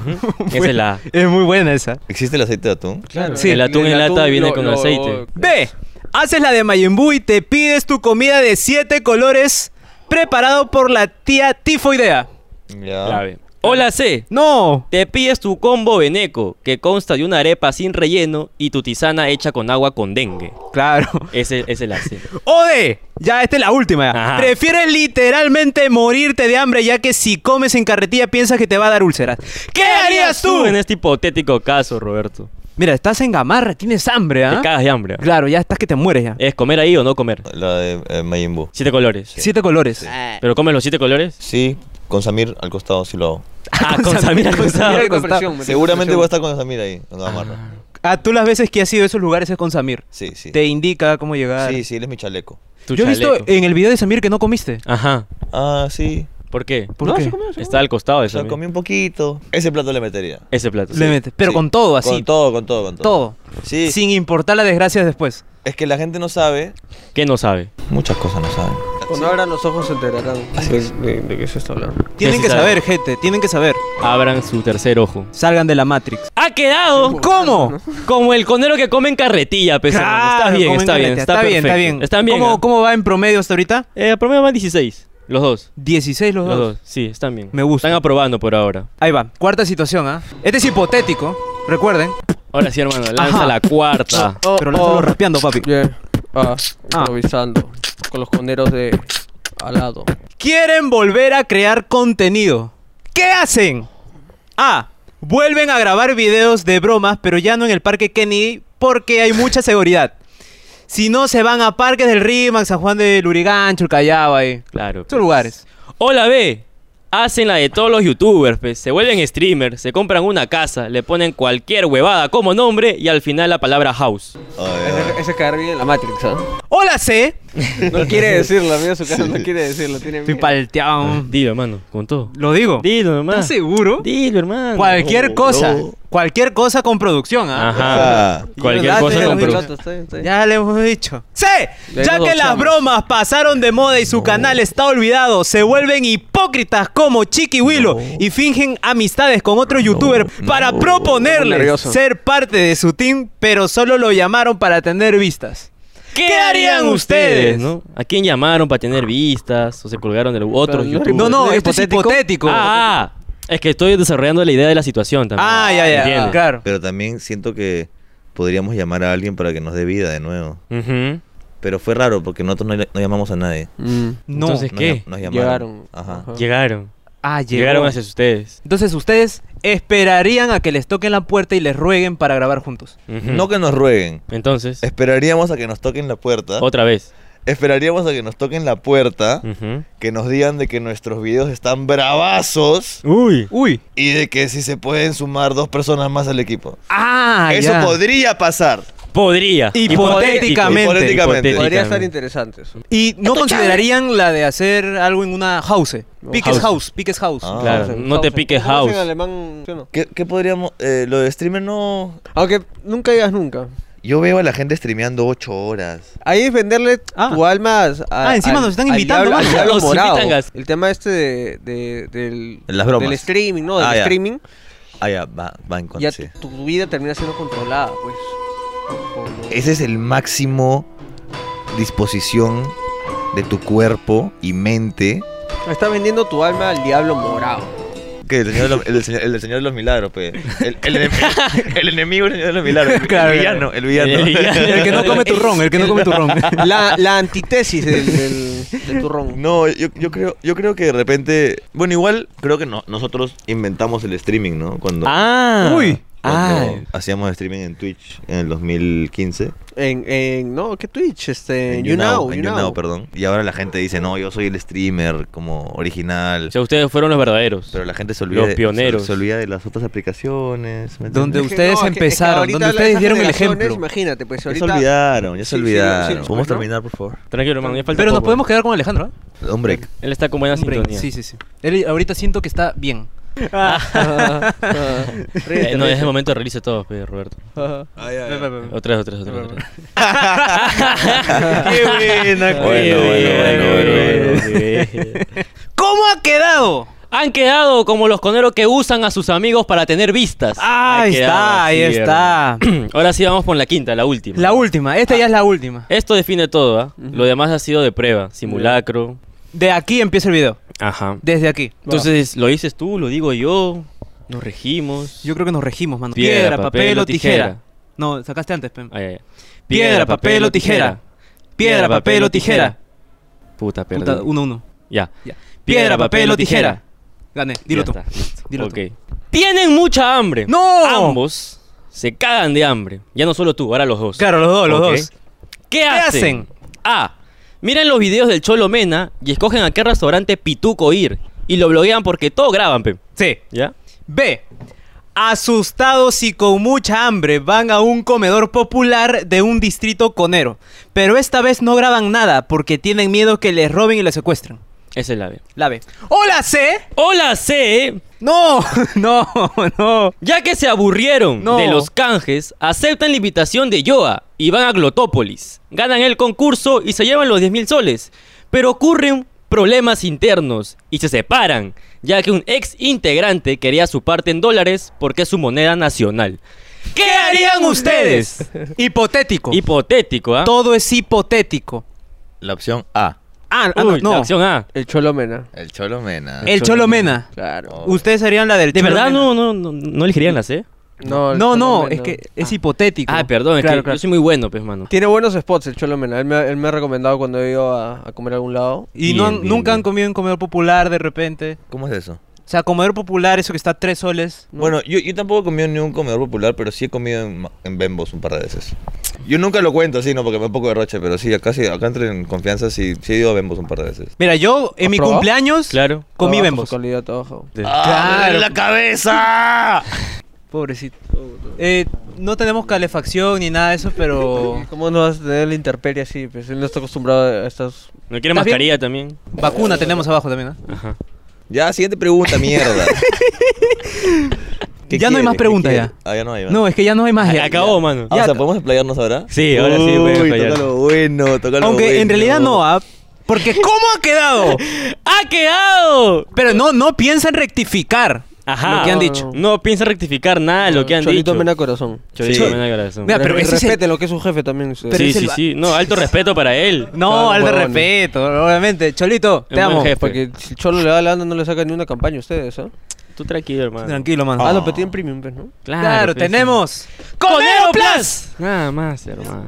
Speaker 1: Esa es la A.
Speaker 2: Es muy buena esa.
Speaker 4: ¿Existe el aceite de atún?
Speaker 3: Claro,
Speaker 1: Sí, el atún en lata viene
Speaker 3: lo-
Speaker 1: con
Speaker 3: lo- [laughs]
Speaker 1: aceite.
Speaker 2: B. Haces la de Mayimbu y te pides tu comida de siete colores preparado por la tía tifoidea. Ah.
Speaker 4: Ya.
Speaker 1: La B. O la C.
Speaker 2: No.
Speaker 1: Te pides tu combo veneco que consta de una arepa sin relleno y tu tisana hecha con agua con dengue.
Speaker 2: Claro.
Speaker 1: Ese, ese es la C.
Speaker 2: [laughs] O D. Ya, esta es la última. ya.
Speaker 1: Ajá.
Speaker 2: Prefieres literalmente morirte de hambre ya que si comes en carretilla piensas que te va a dar úlceras. [laughs] ¿Qué harías tú?
Speaker 1: en este hipotético caso, Roberto?
Speaker 2: Mira, estás en gamarra, tienes hambre, ¿ah?
Speaker 1: Te cagas de hambre. ¿ah?
Speaker 2: Claro, ya estás que te mueres ya.
Speaker 1: ¿Es comer ahí o no comer?
Speaker 4: La de eh, Majin Buu.
Speaker 1: Siete colores.
Speaker 2: Siete colores.
Speaker 1: ¿Pero comes los siete
Speaker 2: [laughs]
Speaker 1: colores?
Speaker 4: Sí, con Samir al costado sí lo hago.
Speaker 1: Ah, con Samira
Speaker 3: Mira
Speaker 1: Cruzado.
Speaker 3: qué presión, me
Speaker 4: Seguramente
Speaker 3: tengo
Speaker 4: voy a
Speaker 3: presión.
Speaker 4: estar con Samir ahí, en Gamarra.
Speaker 2: Ah, tú las veces que has ido a esos lugares es con Samir.
Speaker 4: Sí, sí.
Speaker 2: Te indica cómo llegar.
Speaker 4: Sí, sí, él es mi chaleco.
Speaker 1: Tu
Speaker 2: Yo he visto eh,
Speaker 1: chaleco.
Speaker 2: en el video de Samir que no comiste.
Speaker 1: Ajá.
Speaker 4: Ah, sí.
Speaker 1: ¿Por qué?
Speaker 2: ¿Por
Speaker 3: No,
Speaker 2: qué?
Speaker 3: se comió, se
Speaker 1: Está al costado de
Speaker 4: O sea,
Speaker 1: Samira.
Speaker 4: comí un poquito. Ese plato le metería.
Speaker 1: Ese plato.
Speaker 2: Le
Speaker 1: sí.
Speaker 2: metes, pero
Speaker 4: Sí.
Speaker 2: con todo así.
Speaker 4: Con todo, con todo, con todo.
Speaker 2: todo.
Speaker 4: Sí,
Speaker 2: Sin importar las desgracias después.
Speaker 4: es que la gente no sabe.
Speaker 1: ¿Qué no sabe?
Speaker 4: Muchas cosas no saben.
Speaker 3: comió. Cuando abran los ojos se enterarán de, de- de qué se está hablando.
Speaker 2: Tienen
Speaker 1: sí
Speaker 2: que
Speaker 1: sabe.
Speaker 2: saber, gente, tienen que saber.
Speaker 1: Abran su tercer ojo.
Speaker 2: Salgan de la Matrix.
Speaker 1: Ha quedado
Speaker 2: ¿Cómo?
Speaker 1: como el conero que come en carretilla, pese Está
Speaker 2: Claro,
Speaker 1: bien,
Speaker 2: comen
Speaker 1: está bien,
Speaker 2: galletas.
Speaker 1: está,
Speaker 2: está bien, está
Speaker 1: perfecto.
Speaker 2: bien.
Speaker 1: Están bien.
Speaker 2: ¿Cómo,
Speaker 1: ¿ah?
Speaker 2: cómo va en promedio hasta ahorita?
Speaker 1: Eh, promedio van 16. Los dos.
Speaker 2: 16 los,
Speaker 1: Los
Speaker 2: dos.
Speaker 1: dos. Sí, están bien.
Speaker 2: Me gusta.
Speaker 1: Están aprobando por ahora.
Speaker 2: Ahí va, cuarta situación, ¿ah? Este es hipotético, recuerden.
Speaker 1: Ahora sí, hermano, lanza
Speaker 2: Ajá.
Speaker 1: la cuarta.
Speaker 3: Oh,
Speaker 2: pero
Speaker 3: oh.
Speaker 2: lánzalo rapeando, papi.
Speaker 3: Yeah. Ah,
Speaker 2: Ah.
Speaker 3: improvisando. Con los coneros de al lado.
Speaker 2: Quieren volver a crear contenido. ¿Qué hacen? A. Vuelven a grabar videos de bromas, pero ya no en el Parque Kennedy porque hay mucha seguridad. Si no, se van a parques del Rímac, San Juan del Lurigancho, el Callao, ahí.
Speaker 1: Claro.
Speaker 2: Esos lugares.
Speaker 1: Hola, B. Hacen la de todos los youtubers, pues. Se vuelven streamers, se compran una casa, le ponen cualquier huevada como nombre y al final la palabra house.
Speaker 4: Ay, ay.
Speaker 3: Ese, ese caer bien en la Matrix, ¿ah?
Speaker 2: Hola, C.
Speaker 3: No [laughs] quiere decirlo, amigo, su cara no quiere decirlo. Tiene
Speaker 2: Estoy
Speaker 3: miedo.
Speaker 2: palteado.
Speaker 1: Dilo, hermano, con todo.
Speaker 2: Lo digo.
Speaker 1: Dilo, hermano.
Speaker 2: ¿Estás seguro?
Speaker 1: Dilo, hermano.
Speaker 2: Cualquier
Speaker 4: No,
Speaker 2: cosa.
Speaker 4: no.
Speaker 2: Cualquier cosa con producción, ¿ah?
Speaker 1: Ajá.
Speaker 4: Ah.
Speaker 1: Cualquier
Speaker 2: Ya,
Speaker 1: cosa
Speaker 2: ya,
Speaker 1: con
Speaker 2: ya,
Speaker 1: producción.
Speaker 3: Está bien, está bien, está bien.
Speaker 2: Ya le hemos dicho. Sí,
Speaker 3: Ya
Speaker 2: ya
Speaker 3: nos
Speaker 2: que las
Speaker 3: doxeamos.
Speaker 2: bromas pasaron de moda y su canal está olvidado, se vuelven hipócritas como Chiqui Willow y fingen amistades con otro youtuber para proponerles
Speaker 3: nervioso.
Speaker 2: ser parte de su team, pero solo lo llamaron para tener vistas.
Speaker 1: ¿Qué harían ustedes? ¿no? ¿A quién llamaron para tener vistas? ¿O se colgaron de otros
Speaker 3: no-
Speaker 1: youtubers?
Speaker 2: No, no,
Speaker 3: ¿Es
Speaker 2: esto es
Speaker 3: hipotético?
Speaker 2: hipotético.
Speaker 1: Ah, ah, es que estoy desarrollando la idea de la situación también.
Speaker 2: Ah, ya, ya,
Speaker 1: ¿Entiendes?
Speaker 2: claro.
Speaker 4: Pero también siento que podríamos llamar a alguien para que nos dé vida de nuevo.
Speaker 1: Ujú.
Speaker 4: Pero fue raro porque nosotros no, no llamamos a nadie.
Speaker 3: Mm.
Speaker 2: No.
Speaker 1: Entonces,
Speaker 4: Nos
Speaker 1: ¿Qué?
Speaker 4: llam- Nos llamaron.
Speaker 3: Llegaron.
Speaker 4: Ajá.
Speaker 3: Ajá.
Speaker 1: Llegaron.
Speaker 2: Ah, llegó.
Speaker 1: Llegaron hacia ustedes.
Speaker 2: Entonces ustedes esperarían a que les toquen la puerta y les rueguen para grabar juntos.
Speaker 1: Ujú.
Speaker 4: No que nos rueguen.
Speaker 1: Entonces,
Speaker 4: Esperaríamos a que nos toquen la puerta.
Speaker 1: otra Mm. vez.
Speaker 4: Esperaríamos a que nos toquen la puerta.
Speaker 1: Ujú.
Speaker 4: Que nos digan de que nuestros videos están bravazos.
Speaker 1: Uy.
Speaker 2: Uy.
Speaker 4: Y de que si se pueden sumar dos personas más al equipo.
Speaker 2: Ah,
Speaker 4: Eso
Speaker 2: ya.
Speaker 4: podría pasar.
Speaker 1: Podría.
Speaker 2: Hipotéticamente.
Speaker 4: Hipotéticamente.
Speaker 3: Podría estar interesante eso.
Speaker 2: Y no considerarían la de hacer algo en una house. Piques
Speaker 1: house.
Speaker 2: house, piques house.
Speaker 4: Ah.
Speaker 1: Claro,
Speaker 3: Hausen,
Speaker 1: no te
Speaker 3: Hausen.
Speaker 1: piques
Speaker 3: ¿Cómo
Speaker 1: house.
Speaker 3: es en alemán? ¿Sí o no?
Speaker 4: ¿Qué, qué podríamos...? eh, lo de streamer no...
Speaker 3: Aunque nunca digas nunca.
Speaker 4: Yo veo a la gente streameando ocho horas.
Speaker 3: Ahí es venderle
Speaker 2: Ah.
Speaker 3: tu alma a- a-
Speaker 2: Ah, encima
Speaker 3: al-
Speaker 2: nos están
Speaker 3: al
Speaker 2: invitando,
Speaker 3: diablo- al
Speaker 2: mano. [laughs]
Speaker 3: diablo
Speaker 1: Nos
Speaker 3: morado.
Speaker 1: invitan, gas.
Speaker 3: El tema este de, de- del,
Speaker 4: Las bromas.
Speaker 3: del streaming, ¿no? Del
Speaker 4: Ah, ya.
Speaker 3: streaming.
Speaker 4: Ah, ya, va, va en contra.
Speaker 3: Ya
Speaker 4: sí.
Speaker 3: tu, tu vida termina siendo controlada, pues.
Speaker 4: Ese es el máximo disposición de tu cuerpo y mente
Speaker 3: Estás vendiendo tu alma al diablo morado.
Speaker 4: que el, señor de los- el, del señor- el del Señor de los Milagros, pe. El, el enem- el enemigo del Señor de los Milagros. El,
Speaker 2: Claro.
Speaker 4: villano, el villano.
Speaker 1: El [laughs] villano.
Speaker 2: El que no come turrón, el que no come turrón.
Speaker 3: La, la antítesis del, del, del turrón.
Speaker 4: [laughs] No, yo, yo creo, yo creo que de repente. Bueno, igual creo que no, nosotros inventamos el streaming, ¿no? Cuando,
Speaker 1: Ah.
Speaker 2: [laughs] Uy.
Speaker 1: Ah.
Speaker 4: cuando hacíamos streaming en Twitch en el 2015.
Speaker 3: En, en, no, ¿qué Twitch? Este,
Speaker 4: en
Speaker 3: you know,
Speaker 4: en
Speaker 3: you know.
Speaker 4: perdón. Y ahora la gente dice, no, yo soy el streamer como original.
Speaker 1: O sea, ustedes fueron los verdaderos.
Speaker 4: Pero la gente se olvida,
Speaker 1: Los
Speaker 4: de-
Speaker 1: pioneros.
Speaker 4: se, se olvida de las otras aplicaciones. ¿me
Speaker 2: Donde
Speaker 4: entiendes?
Speaker 3: Es que
Speaker 2: ustedes
Speaker 3: no, es que- es que
Speaker 2: empezaron,
Speaker 3: ahorita
Speaker 2: donde
Speaker 3: las
Speaker 2: ustedes dieron el
Speaker 3: generaciones,
Speaker 2: ejemplo.
Speaker 3: Imagínate, pues
Speaker 4: Ya se
Speaker 3: ahorita.
Speaker 4: olvidaron, ya se
Speaker 3: Sí, sí,
Speaker 4: olvidaron.
Speaker 3: sí, sí,
Speaker 4: ¿Podemos
Speaker 3: ¿no?
Speaker 4: terminar, por favor?
Speaker 1: Tranquilo, hermano, ya falta
Speaker 2: Pero nos
Speaker 1: poco.
Speaker 2: podemos quedar con Alejandro, ¿ah?
Speaker 4: Hombre,
Speaker 1: Él está con buena
Speaker 2: Hombre,
Speaker 1: sintonía.
Speaker 2: Sí, sí, sí. Él ahorita siento que está bien.
Speaker 3: [laughs] Ah, ah,
Speaker 1: Eh,
Speaker 3: ríete,
Speaker 1: no, es
Speaker 3: ríete.
Speaker 1: el momento de reírse todo, pe, Roberto.
Speaker 3: Ah.
Speaker 1: Otras, otras, otras. otras.
Speaker 4: qué buena. Bueno, bueno, bueno, bueno,
Speaker 2: [laughs]
Speaker 4: bueno.
Speaker 2: ¿Cómo ha quedado?
Speaker 1: Han quedado como los coneros que usan a sus amigos para tener vistas.
Speaker 2: Ah,
Speaker 1: Ha
Speaker 2: ahí
Speaker 1: quedado
Speaker 2: está,
Speaker 1: así,
Speaker 2: ahí está.
Speaker 1: hermano. [clears throat] Ahora sí vamos con la quinta, la última.
Speaker 2: La última, esta ya es la última.
Speaker 1: Esto define todo, ¿ah?
Speaker 3: Ujú.
Speaker 1: Lo demás ha sido de prueba, simulacro.
Speaker 2: De aquí empieza el video,
Speaker 1: Ajá.
Speaker 2: desde aquí.
Speaker 1: Entonces, lo dices tú, lo digo yo, nos regimos.
Speaker 2: Yo creo que nos regimos, mano.
Speaker 1: Piedra, papel o tijera.
Speaker 2: No, sacaste antes, Pem.
Speaker 1: Ay, ay, ay.
Speaker 2: Piedra, papel o tijera. Piedra, papel o tijera.
Speaker 1: Puta, perdí.
Speaker 2: Puta, uno, uno.
Speaker 1: Ya.
Speaker 2: Ya. Piedra, papel o tijera. Gané, dilo
Speaker 1: Ya
Speaker 2: tú.
Speaker 1: está, listo.
Speaker 2: Dilo tú.
Speaker 1: Ok. Tienen mucha hambre.
Speaker 2: ¡No!
Speaker 1: Ambos se cagan de hambre. Ya no solo tú, ahora los dos.
Speaker 2: Claro, los dos, los
Speaker 1: Ok.
Speaker 2: dos.
Speaker 1: ¿Qué hacen?
Speaker 2: hacen?
Speaker 1: A. Miren los videos del Cholo Mena y escogen a qué restaurante pituco ir. Y lo bloguean porque todo graban, pe.
Speaker 2: Sí.
Speaker 1: ¿Ya?
Speaker 2: B. Asustados y con mucha hambre van a un comedor popular de un distrito conero. Pero esta vez no graban nada porque tienen miedo que les roben y les secuestren.
Speaker 1: Esa es la B.
Speaker 2: La B. ¡Hola C!
Speaker 1: Hola C.
Speaker 2: No, [laughs] no, no.
Speaker 1: Ya que se aburrieron
Speaker 2: No.
Speaker 1: de los canjes, aceptan la invitación de Yoa y van a Glotópolis. Ganan el concurso y se llevan los 10 mil soles. Pero ocurren problemas internos y se separan, ya que un ex integrante quería su parte en dólares porque es su moneda nacional.
Speaker 2: ¿Qué [laughs] harían ustedes? Hipotético.
Speaker 1: Hipotético, ¿ah?
Speaker 2: Todo es hipotético.
Speaker 4: La opción A.
Speaker 2: Ah, ah,
Speaker 1: Uy,
Speaker 2: no.
Speaker 1: la opción A.
Speaker 3: El Cholomena.
Speaker 4: El Cholo Mena.
Speaker 2: El Cholomena.
Speaker 3: Claro.
Speaker 2: Ustedes harían la del
Speaker 1: ¿De
Speaker 2: Cholo
Speaker 1: verdad
Speaker 2: Mena.
Speaker 1: no, no, no, no elegirían la C?
Speaker 3: No, el
Speaker 2: No, no,
Speaker 3: Cholomena.
Speaker 2: es que es hipotético.
Speaker 1: Ah, perdón, es
Speaker 2: Claro,
Speaker 1: que
Speaker 2: claro.
Speaker 1: yo soy muy bueno, pues, mano.
Speaker 3: Tiene buenos spots el Cholomena. Él me, él me ha recomendado cuando he ido a, a comer a algún lado.
Speaker 2: Y no
Speaker 1: Bien,
Speaker 2: han-
Speaker 1: bien,
Speaker 2: nunca han
Speaker 1: bien.
Speaker 2: comido en comedor popular de repente.
Speaker 4: ¿Cómo es eso?
Speaker 2: O sea, comedor popular, eso que está a tres soles.
Speaker 4: Bueno, yo, yo tampoco he comido en ningún comedor popular, pero sí he comido en, ma- en Bembos un par de veces. Yo nunca lo cuento así, ¿no? Porque me da un poco de roche, pero sí, acá, sí, acá entre en confianza, sí, sí he ido a Bembos un par de veces.
Speaker 2: Mira, yo en mi
Speaker 3: ¿Aprobado?
Speaker 2: cumpleaños
Speaker 1: Claro.
Speaker 2: comí
Speaker 3: Todo bajo
Speaker 2: Bembos.
Speaker 3: su calidad, todo bajo.
Speaker 4: ¡Ah, me duele la
Speaker 2: [laughs]
Speaker 4: cabeza!
Speaker 3: Pobrecito.
Speaker 2: Eh, no tenemos calefacción ni nada de eso, pero
Speaker 3: ¿Cómo no vas a tener la interperie así? Pues él no está acostumbrado a estas...
Speaker 1: No quiere
Speaker 2: ¿Estás bien?
Speaker 1: mascarilla también.
Speaker 2: vacuna tenemos abajo también. ¿ah?
Speaker 1: Ajá.
Speaker 4: Ya, siguiente pregunta, mierda. [laughs] ¿Qué
Speaker 2: Ya no hay
Speaker 4: quieres?
Speaker 2: más
Speaker 4: ¿Qué
Speaker 2: preguntas,
Speaker 4: quieres?
Speaker 2: ya.
Speaker 4: Ah, ya no hay más.
Speaker 2: No, es que ya no hay más. ya.
Speaker 1: Acabó, mano.
Speaker 4: Ah, o sea, ¿podemos desplayarnos ahora?
Speaker 1: Sí, ahora sí
Speaker 4: Uy,
Speaker 1: podemos desplayar.
Speaker 4: toca lo bueno, toca lo
Speaker 2: Aunque en
Speaker 4: bueno.
Speaker 2: realidad no, ¿ah? porque ¿cómo ha quedado?
Speaker 1: ¡Ha quedado!
Speaker 2: Pero no, no piensan rectificar
Speaker 1: Ajá.
Speaker 2: lo que han
Speaker 3: No,
Speaker 2: dicho.
Speaker 3: no.
Speaker 1: No piensa rectificar nada de Ah, lo que han
Speaker 3: Cholito
Speaker 1: dicho.
Speaker 3: Mena corazón.
Speaker 1: Cholito
Speaker 4: Sí.
Speaker 1: Mena Corazón.
Speaker 2: Mira, pero
Speaker 3: Re-
Speaker 2: ese es el-
Speaker 3: Respete lo que es su jefe también. ustedes.
Speaker 2: Pero
Speaker 1: sí,
Speaker 2: es el
Speaker 1: sí,
Speaker 2: va-
Speaker 1: sí. No, alto respeto para él.
Speaker 2: No,
Speaker 3: Claro,
Speaker 2: al de
Speaker 3: huevones.
Speaker 2: respeto, obviamente. Cholito,
Speaker 1: Un
Speaker 2: te amo.
Speaker 1: buen jefe.
Speaker 3: Porque si el Cholo le da la onda, no le saca ni una campaña a ustedes, ¿ah?
Speaker 1: Tú tranquilo, hermano.
Speaker 2: Tranquilo, mano.
Speaker 3: Ah, no, pero tienen premium, pues, ¿no?
Speaker 2: Claro,
Speaker 1: pues,
Speaker 2: tenemos
Speaker 1: sí. ¡Conero Plus! Nada más, hermano.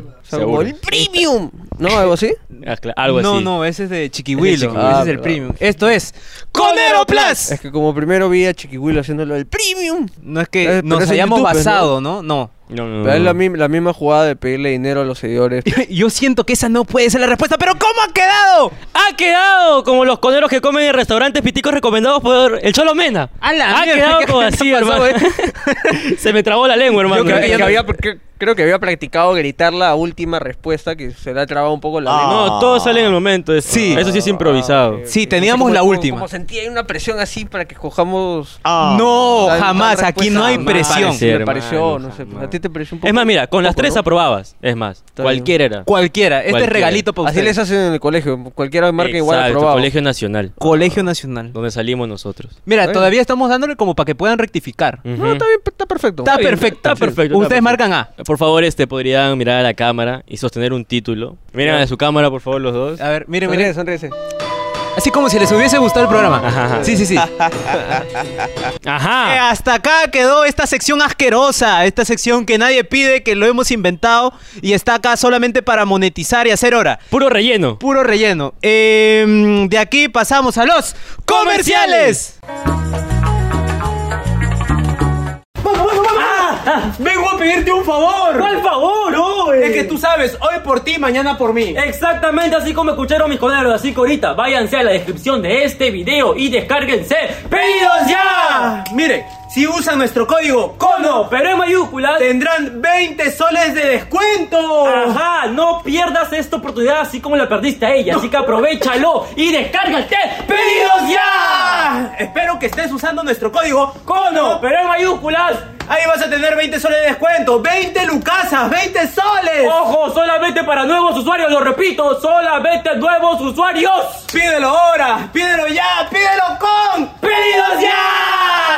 Speaker 1: Seguro.
Speaker 3: Seguro. El premium. ¿No? ¿Algo así?
Speaker 1: Ah, cla- Algo
Speaker 2: no,
Speaker 1: así.
Speaker 2: no, ese es de Chiquihuilo.
Speaker 3: Es de Chiquihuilo.
Speaker 2: ese es el
Speaker 3: Ah,
Speaker 2: premium. Esto es Conero Plus.
Speaker 3: Es que como primero vi a Chiquihuilo haciéndolo del premium.
Speaker 2: No es
Speaker 3: Eh,
Speaker 2: que
Speaker 3: pero
Speaker 2: nos
Speaker 3: eso es
Speaker 2: hayamos
Speaker 3: YouTube, pues,
Speaker 2: basado, ¿no? No. [laughs]
Speaker 1: No, no,
Speaker 3: Pero es la,
Speaker 1: no.
Speaker 3: mi- la misma jugada de pedirle dinero a los [laughs] seguidores.
Speaker 2: Yo siento que esa no puede ser la respuesta, pero ¿cómo ha quedado?
Speaker 1: Ha quedado como los coneros que comen en restaurantes piticos recomendados por el Cholo Mena.
Speaker 2: A la
Speaker 1: ha
Speaker 2: mierda,
Speaker 1: quedado
Speaker 2: [laughs] ¿qué eh?
Speaker 1: como
Speaker 2: te
Speaker 1: así,
Speaker 2: pasó,
Speaker 1: hermano. [laughs] Se me trabó la lengua, hermano.
Speaker 3: Yo creo que,
Speaker 1: ya no-
Speaker 3: había, porque- creo que había practicado gritar la última respuesta que se le ha trabado un poco la
Speaker 4: Ah,
Speaker 3: lengua.
Speaker 1: No, todo sale en el momento. eso-
Speaker 2: Sí.
Speaker 1: Eso sí es improvisado.
Speaker 3: Ah, ok,
Speaker 2: Sí,
Speaker 3: ok.
Speaker 2: teníamos
Speaker 3: No sé
Speaker 2: la
Speaker 3: cómo-
Speaker 2: última. Ah,
Speaker 3: Como sentía ahí una presión así para que cojamos...
Speaker 2: no,
Speaker 3: tal- tal
Speaker 2: jamás. Aquí
Speaker 3: respuesta.
Speaker 2: no hay
Speaker 3: Jamás,
Speaker 2: presión.
Speaker 1: sí.
Speaker 3: Me pareció,
Speaker 1: hermano,
Speaker 3: no sé.
Speaker 1: jamás.
Speaker 3: A ti te pareció un poco...
Speaker 1: Es más, mira, con las
Speaker 3: poco,
Speaker 1: tres
Speaker 3: ¿no?
Speaker 1: aprobabas. Es más,
Speaker 3: bien.
Speaker 1: cualquiera era.
Speaker 2: Cualquiera. Este es
Speaker 1: Cualquiera.
Speaker 2: regalito para
Speaker 3: Así
Speaker 2: ustedes.
Speaker 3: les hacen en el colegio. Cualquiera marca igual
Speaker 1: Exacto,
Speaker 3: aprobado.
Speaker 1: Colegio Nacional,
Speaker 2: Colegio Nacional.
Speaker 1: donde salimos nosotros.
Speaker 2: Mira,
Speaker 3: Está bien.
Speaker 2: todavía estamos dándole como para que puedan rectificar.
Speaker 1: Ujú.
Speaker 3: No, está bien, está perfecto.
Speaker 2: Está
Speaker 1: bien,
Speaker 2: perfecto.
Speaker 1: Mm. está perfecto,
Speaker 2: Ustedes
Speaker 1: está perfecto.
Speaker 2: marcan A.
Speaker 1: Por favor, este, podrían mirar a la cámara y sostener un título. Miren a su cámara, por favor, los dos.
Speaker 2: A ver, miren,
Speaker 3: Sonríe,
Speaker 2: miren.
Speaker 3: sonríe.
Speaker 2: Así como si les hubiese gustado el programa.
Speaker 1: Ajá. Ah.
Speaker 2: Sí,
Speaker 1: [laughs]
Speaker 2: sí, sí. Eh,
Speaker 1: Ajá.
Speaker 2: hasta acá quedó esta sección asquerosa, esta sección que nadie pide, que lo hemos inventado y está acá solamente para monetizar y hacer hora.
Speaker 1: Puro relleno.
Speaker 2: Puro relleno. Em, de aquí pasamos a los comerciales.
Speaker 5: Ah, Vengo a pedirte un favor. ¿Cuál favor? No,
Speaker 2: Es que tú sabes, hoy por ti, mañana por mí.
Speaker 5: Exactamente así como escucharon mis coleros, así que ahorita váyanse a la descripción de este video y descárguense pedidos ya.
Speaker 2: Miren, si usan nuestro código
Speaker 5: Cono, pero en mayúsculas.
Speaker 2: tendrán 20 soles de descuento.
Speaker 5: Ajá, no pierdas esta oportunidad así como la perdiste a ella, así que aprovechalo y descárgate pedidos ya.
Speaker 2: Espero que estés usando nuestro código
Speaker 5: Cono, pero en mayúsculas.
Speaker 2: Ahí vas a tener 20 soles de descuento. 20 lucasas, 20 soles.
Speaker 5: Ojo, solamente para nuevos usuarios, lo repito, solamente nuevos usuarios.
Speaker 2: Pídelo ahora, pídelo ya, pídelo con.
Speaker 5: ¡Pedidos ya!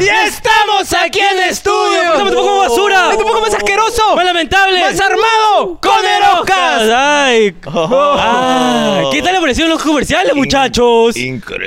Speaker 2: Y estamos aquí en el estudio.
Speaker 1: ¡Estamos un poco más basura!
Speaker 2: ¡Estamos un poco más asqueroso!
Speaker 1: ¡Más lamentable!
Speaker 2: ¡Más armado! ¡Con Eroscas!
Speaker 1: ¡Ay!
Speaker 3: Oh.
Speaker 1: Ah, ¿Qué tal le parecieron los comerciales, muchachos?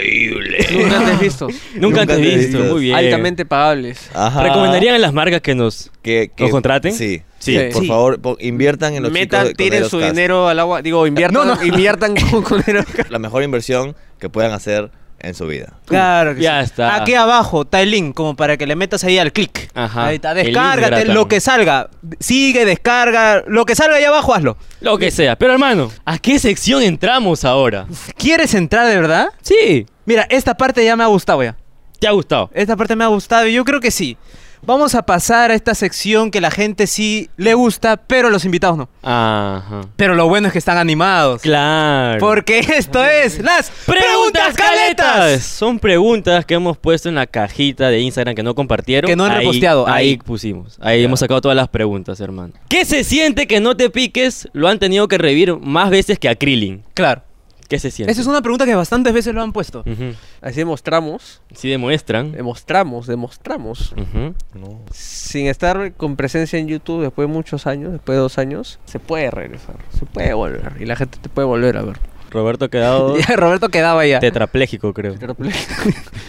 Speaker 4: Increíble.
Speaker 3: Nunca te has visto.
Speaker 1: Nunca
Speaker 4: Nunca
Speaker 1: te he
Speaker 4: te
Speaker 1: visto.
Speaker 4: vistas.
Speaker 1: Muy bien.
Speaker 3: Altamente pagables.
Speaker 4: Ajá.
Speaker 1: ¿Recomendarían a las marcas que nos,
Speaker 4: que, que-
Speaker 1: nos contraten?
Speaker 4: Sí.
Speaker 1: Sí.
Speaker 3: Sí.
Speaker 4: Por favor, po- inviertan en los chicos
Speaker 3: Metan,
Speaker 4: de Coneros
Speaker 3: tiren su
Speaker 4: Cast.
Speaker 3: dinero al agua. Digo, inviertan, [laughs] inviertan con, con dinero.
Speaker 4: La mejor inversión que puedan hacer en su vida.
Speaker 2: Claro que
Speaker 1: Ya
Speaker 2: sí.
Speaker 1: está.
Speaker 2: Aquí abajo está el link, como para que le metas ahí al clic.
Speaker 1: Ajá.
Speaker 2: Ahí está.
Speaker 1: El link
Speaker 2: Descárgate
Speaker 1: gratuito.
Speaker 2: lo que salga. Sigue, descarga. Lo que salga ahí abajo, hazlo.
Speaker 1: Lo que sea. Pero hermano, ¿a qué sección entramos ahora?
Speaker 2: ¿Quieres entrar de verdad?
Speaker 1: Sí.
Speaker 2: Mira, esta parte ya me ha gustado ya.
Speaker 1: ¿Te ha gustado?
Speaker 2: Esta parte me ha gustado y yo creo que sí. Vamos a pasar a esta sección que la gente sí le gusta, pero los invitados no.
Speaker 1: Ajá.
Speaker 2: Pero lo bueno es que están animados.
Speaker 1: Claro.
Speaker 2: Porque esto es las preguntas caletas.
Speaker 1: Son preguntas que hemos puesto en la cajita de Instagram que no compartieron.
Speaker 2: Que no han
Speaker 1: Ahí-
Speaker 2: reposteado,
Speaker 1: Ahí,
Speaker 2: ahí.
Speaker 1: pusimos. Ahí hemos sacado todas las preguntas, hermano. ¿Qué se siente que no te piques? Lo han tenido que revivir más veces que a Krillin.
Speaker 2: Claro.
Speaker 1: ¿Qué se siente?
Speaker 2: Esa es una pregunta que bastantes veces lo han puesto.
Speaker 1: Ujú.
Speaker 3: Así demostramos,
Speaker 1: Sí demuestran.
Speaker 2: Eh,
Speaker 3: demostramos, demostramos.
Speaker 1: Ujú.
Speaker 4: No.
Speaker 3: Sin estar con presencia en YouTube después de muchos años, después de dos años, se puede regresar, se puede volver. Y la gente te puede volver a ver.
Speaker 1: Roberto ha quedado
Speaker 2: [laughs] Ya, Roberto quedaba ya.
Speaker 1: tetrapléjico, creo.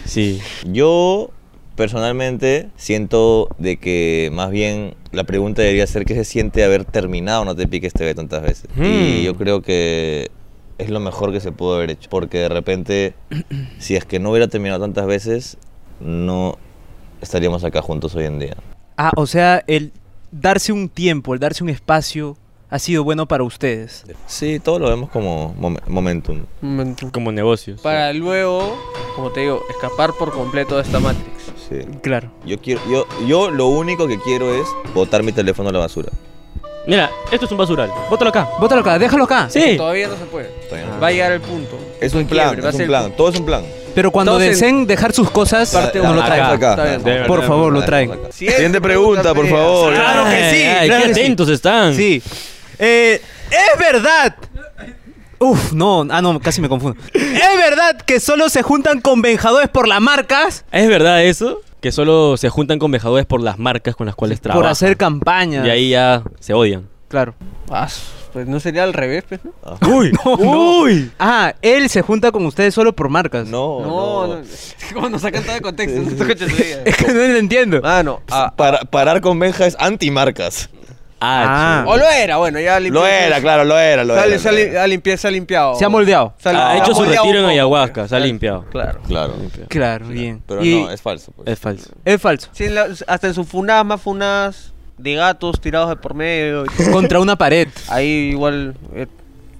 Speaker 1: Sí.
Speaker 4: Yo personalmente siento de que más bien la pregunta debería ser qué se siente haber terminado No te piques TV tantas veces.
Speaker 1: Mm.
Speaker 4: Y yo creo que es lo mejor que se pudo haber hecho, porque
Speaker 1: [clears throat]
Speaker 4: de repente si es que no hubiera terminado tantas veces no estaríamos acá juntos hoy en día.
Speaker 2: Ah, o sea, el darse un tiempo, el darse un espacio ha sido bueno para ustedes.
Speaker 4: Sí, todo lo vemos como momen- momentum.
Speaker 3: Momento.
Speaker 1: Como negocios.
Speaker 3: [laughs] Para luego, como te digo, escapar por completo de esta Matrix.
Speaker 4: Sí.
Speaker 2: Claro.
Speaker 4: Yo quiero yo yo lo único que quiero es botar mi teléfono a la basura.
Speaker 1: Mira, esto es un basural. Bótalo acá.
Speaker 2: Bótalo acá, déjalo acá.
Speaker 1: Sí.
Speaker 3: Todavía no se puede.
Speaker 4: Todavía no se
Speaker 3: Va a llegar el punto.
Speaker 4: Es un
Speaker 3: Quiebre,
Speaker 4: plan,
Speaker 3: va a ser
Speaker 4: es un
Speaker 3: el
Speaker 4: plan,
Speaker 3: punto.
Speaker 4: todo es un plan.
Speaker 2: Pero cuando
Speaker 3: Entonces-
Speaker 2: deseen dejar sus cosas,
Speaker 3: Parte
Speaker 2: no
Speaker 3: uno,
Speaker 2: lo
Speaker 4: acá,
Speaker 2: traigan.
Speaker 4: acá,
Speaker 3: Está bien.
Speaker 4: de verdad,
Speaker 2: Por
Speaker 4: de
Speaker 2: favor, lo
Speaker 4: verdad,
Speaker 2: traen.
Speaker 4: acá.
Speaker 3: Siguiente
Speaker 4: Siguiente pregunta, por
Speaker 3: pregunta,
Speaker 4: favor.
Speaker 3: Andrea.
Speaker 2: Claro que sí,
Speaker 1: Ay,
Speaker 2: claro
Speaker 1: qué
Speaker 2: que sí.
Speaker 1: atentos están.
Speaker 2: Sí. Eh, es verdad. Uf, no, ah, no, casi me confundo. ¿Es verdad que solo se juntan con venjadores por las marcas?
Speaker 1: ¿Es verdad eso? Que solo se juntan con vejadores por las marcas con las cuales trabajan.
Speaker 2: Por hacer campaña.
Speaker 1: Y ahí ya se odian.
Speaker 2: Claro.
Speaker 3: Paso. pues no sería al revés, pues, ¿no?
Speaker 4: [laughs] Ah.
Speaker 2: Uy, uy. Ah, él se junta con ustedes solo por marcas.
Speaker 4: No, no.
Speaker 3: [laughs] Es que como nos sacan todo de contexto. no te escuchas
Speaker 2: [laughs] Es que no lo entiendo.
Speaker 3: [laughs] Mano, ah,
Speaker 4: Para- parar con Benja es antimarcas.
Speaker 1: Ah,
Speaker 2: Ah.
Speaker 3: o lo era, bueno, ya limpió.
Speaker 4: Lo era, claro, lo era, lo
Speaker 3: Se ha-
Speaker 4: era,
Speaker 3: se ha
Speaker 4: lo
Speaker 3: li-
Speaker 4: era.
Speaker 3: ha limpiado, se ha limpiado.
Speaker 2: Se ha moldeado.
Speaker 3: Se ha
Speaker 1: Ha hecho su
Speaker 3: moldeado
Speaker 1: retiro en
Speaker 3: un poco,
Speaker 1: ayahuasca, se ha
Speaker 3: claro.
Speaker 1: limpiado.
Speaker 3: Claro.
Speaker 4: Claro.
Speaker 2: Claro, bien.
Speaker 4: Pero
Speaker 2: Y
Speaker 4: no, es falso. pues.
Speaker 1: Es falso.
Speaker 2: es falso.
Speaker 3: Sí, en la- hasta en sus funas, más funas de gatos tirados de por medio. y todo.
Speaker 2: Contra una pared.
Speaker 3: Ahí igual eh,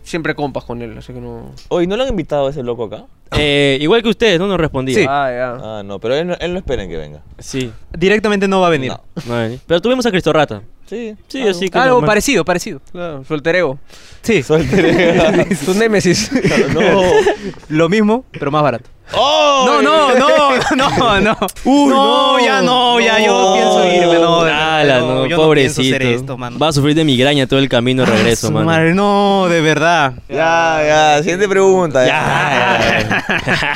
Speaker 3: siempre compas con él, así que no.
Speaker 4: Oye, ¿no lo han invitado a ese loco acá?
Speaker 1: Eh, igual que ustedes, no nos respondía.
Speaker 2: Sí.
Speaker 3: Ah, ya.
Speaker 4: Ah, no, pero él, no- él no esperen que venga.
Speaker 1: Sí.
Speaker 2: Directamente no va a venir.
Speaker 4: No.
Speaker 1: no hay- Pero tuvimos a Cristo Rata.
Speaker 4: Sí.
Speaker 1: Sí, así que.
Speaker 2: Algo
Speaker 1: normal.
Speaker 2: parecido, parecido.
Speaker 3: Claro, su alter ego.
Speaker 2: Sí. [laughs]
Speaker 4: Suéltele.
Speaker 3: su némesis.
Speaker 4: no.
Speaker 2: Lo mismo, pero más barato.
Speaker 4: [laughs] ¡Oh!
Speaker 2: No, no, no, no, no. Uy, no, ya no, ya yo
Speaker 4: No.
Speaker 2: pienso irme, no.
Speaker 1: Ala, no,
Speaker 2: yo
Speaker 1: pobrecito.
Speaker 2: No pienso hacer esto, mano. Ah,
Speaker 1: Va a sufrir de migraña todo el camino de regreso,
Speaker 2: Su
Speaker 1: mano.
Speaker 2: madre, no, de verdad. [laughs]
Speaker 4: Ya, ya, siguiente pregunta. eh. Ya,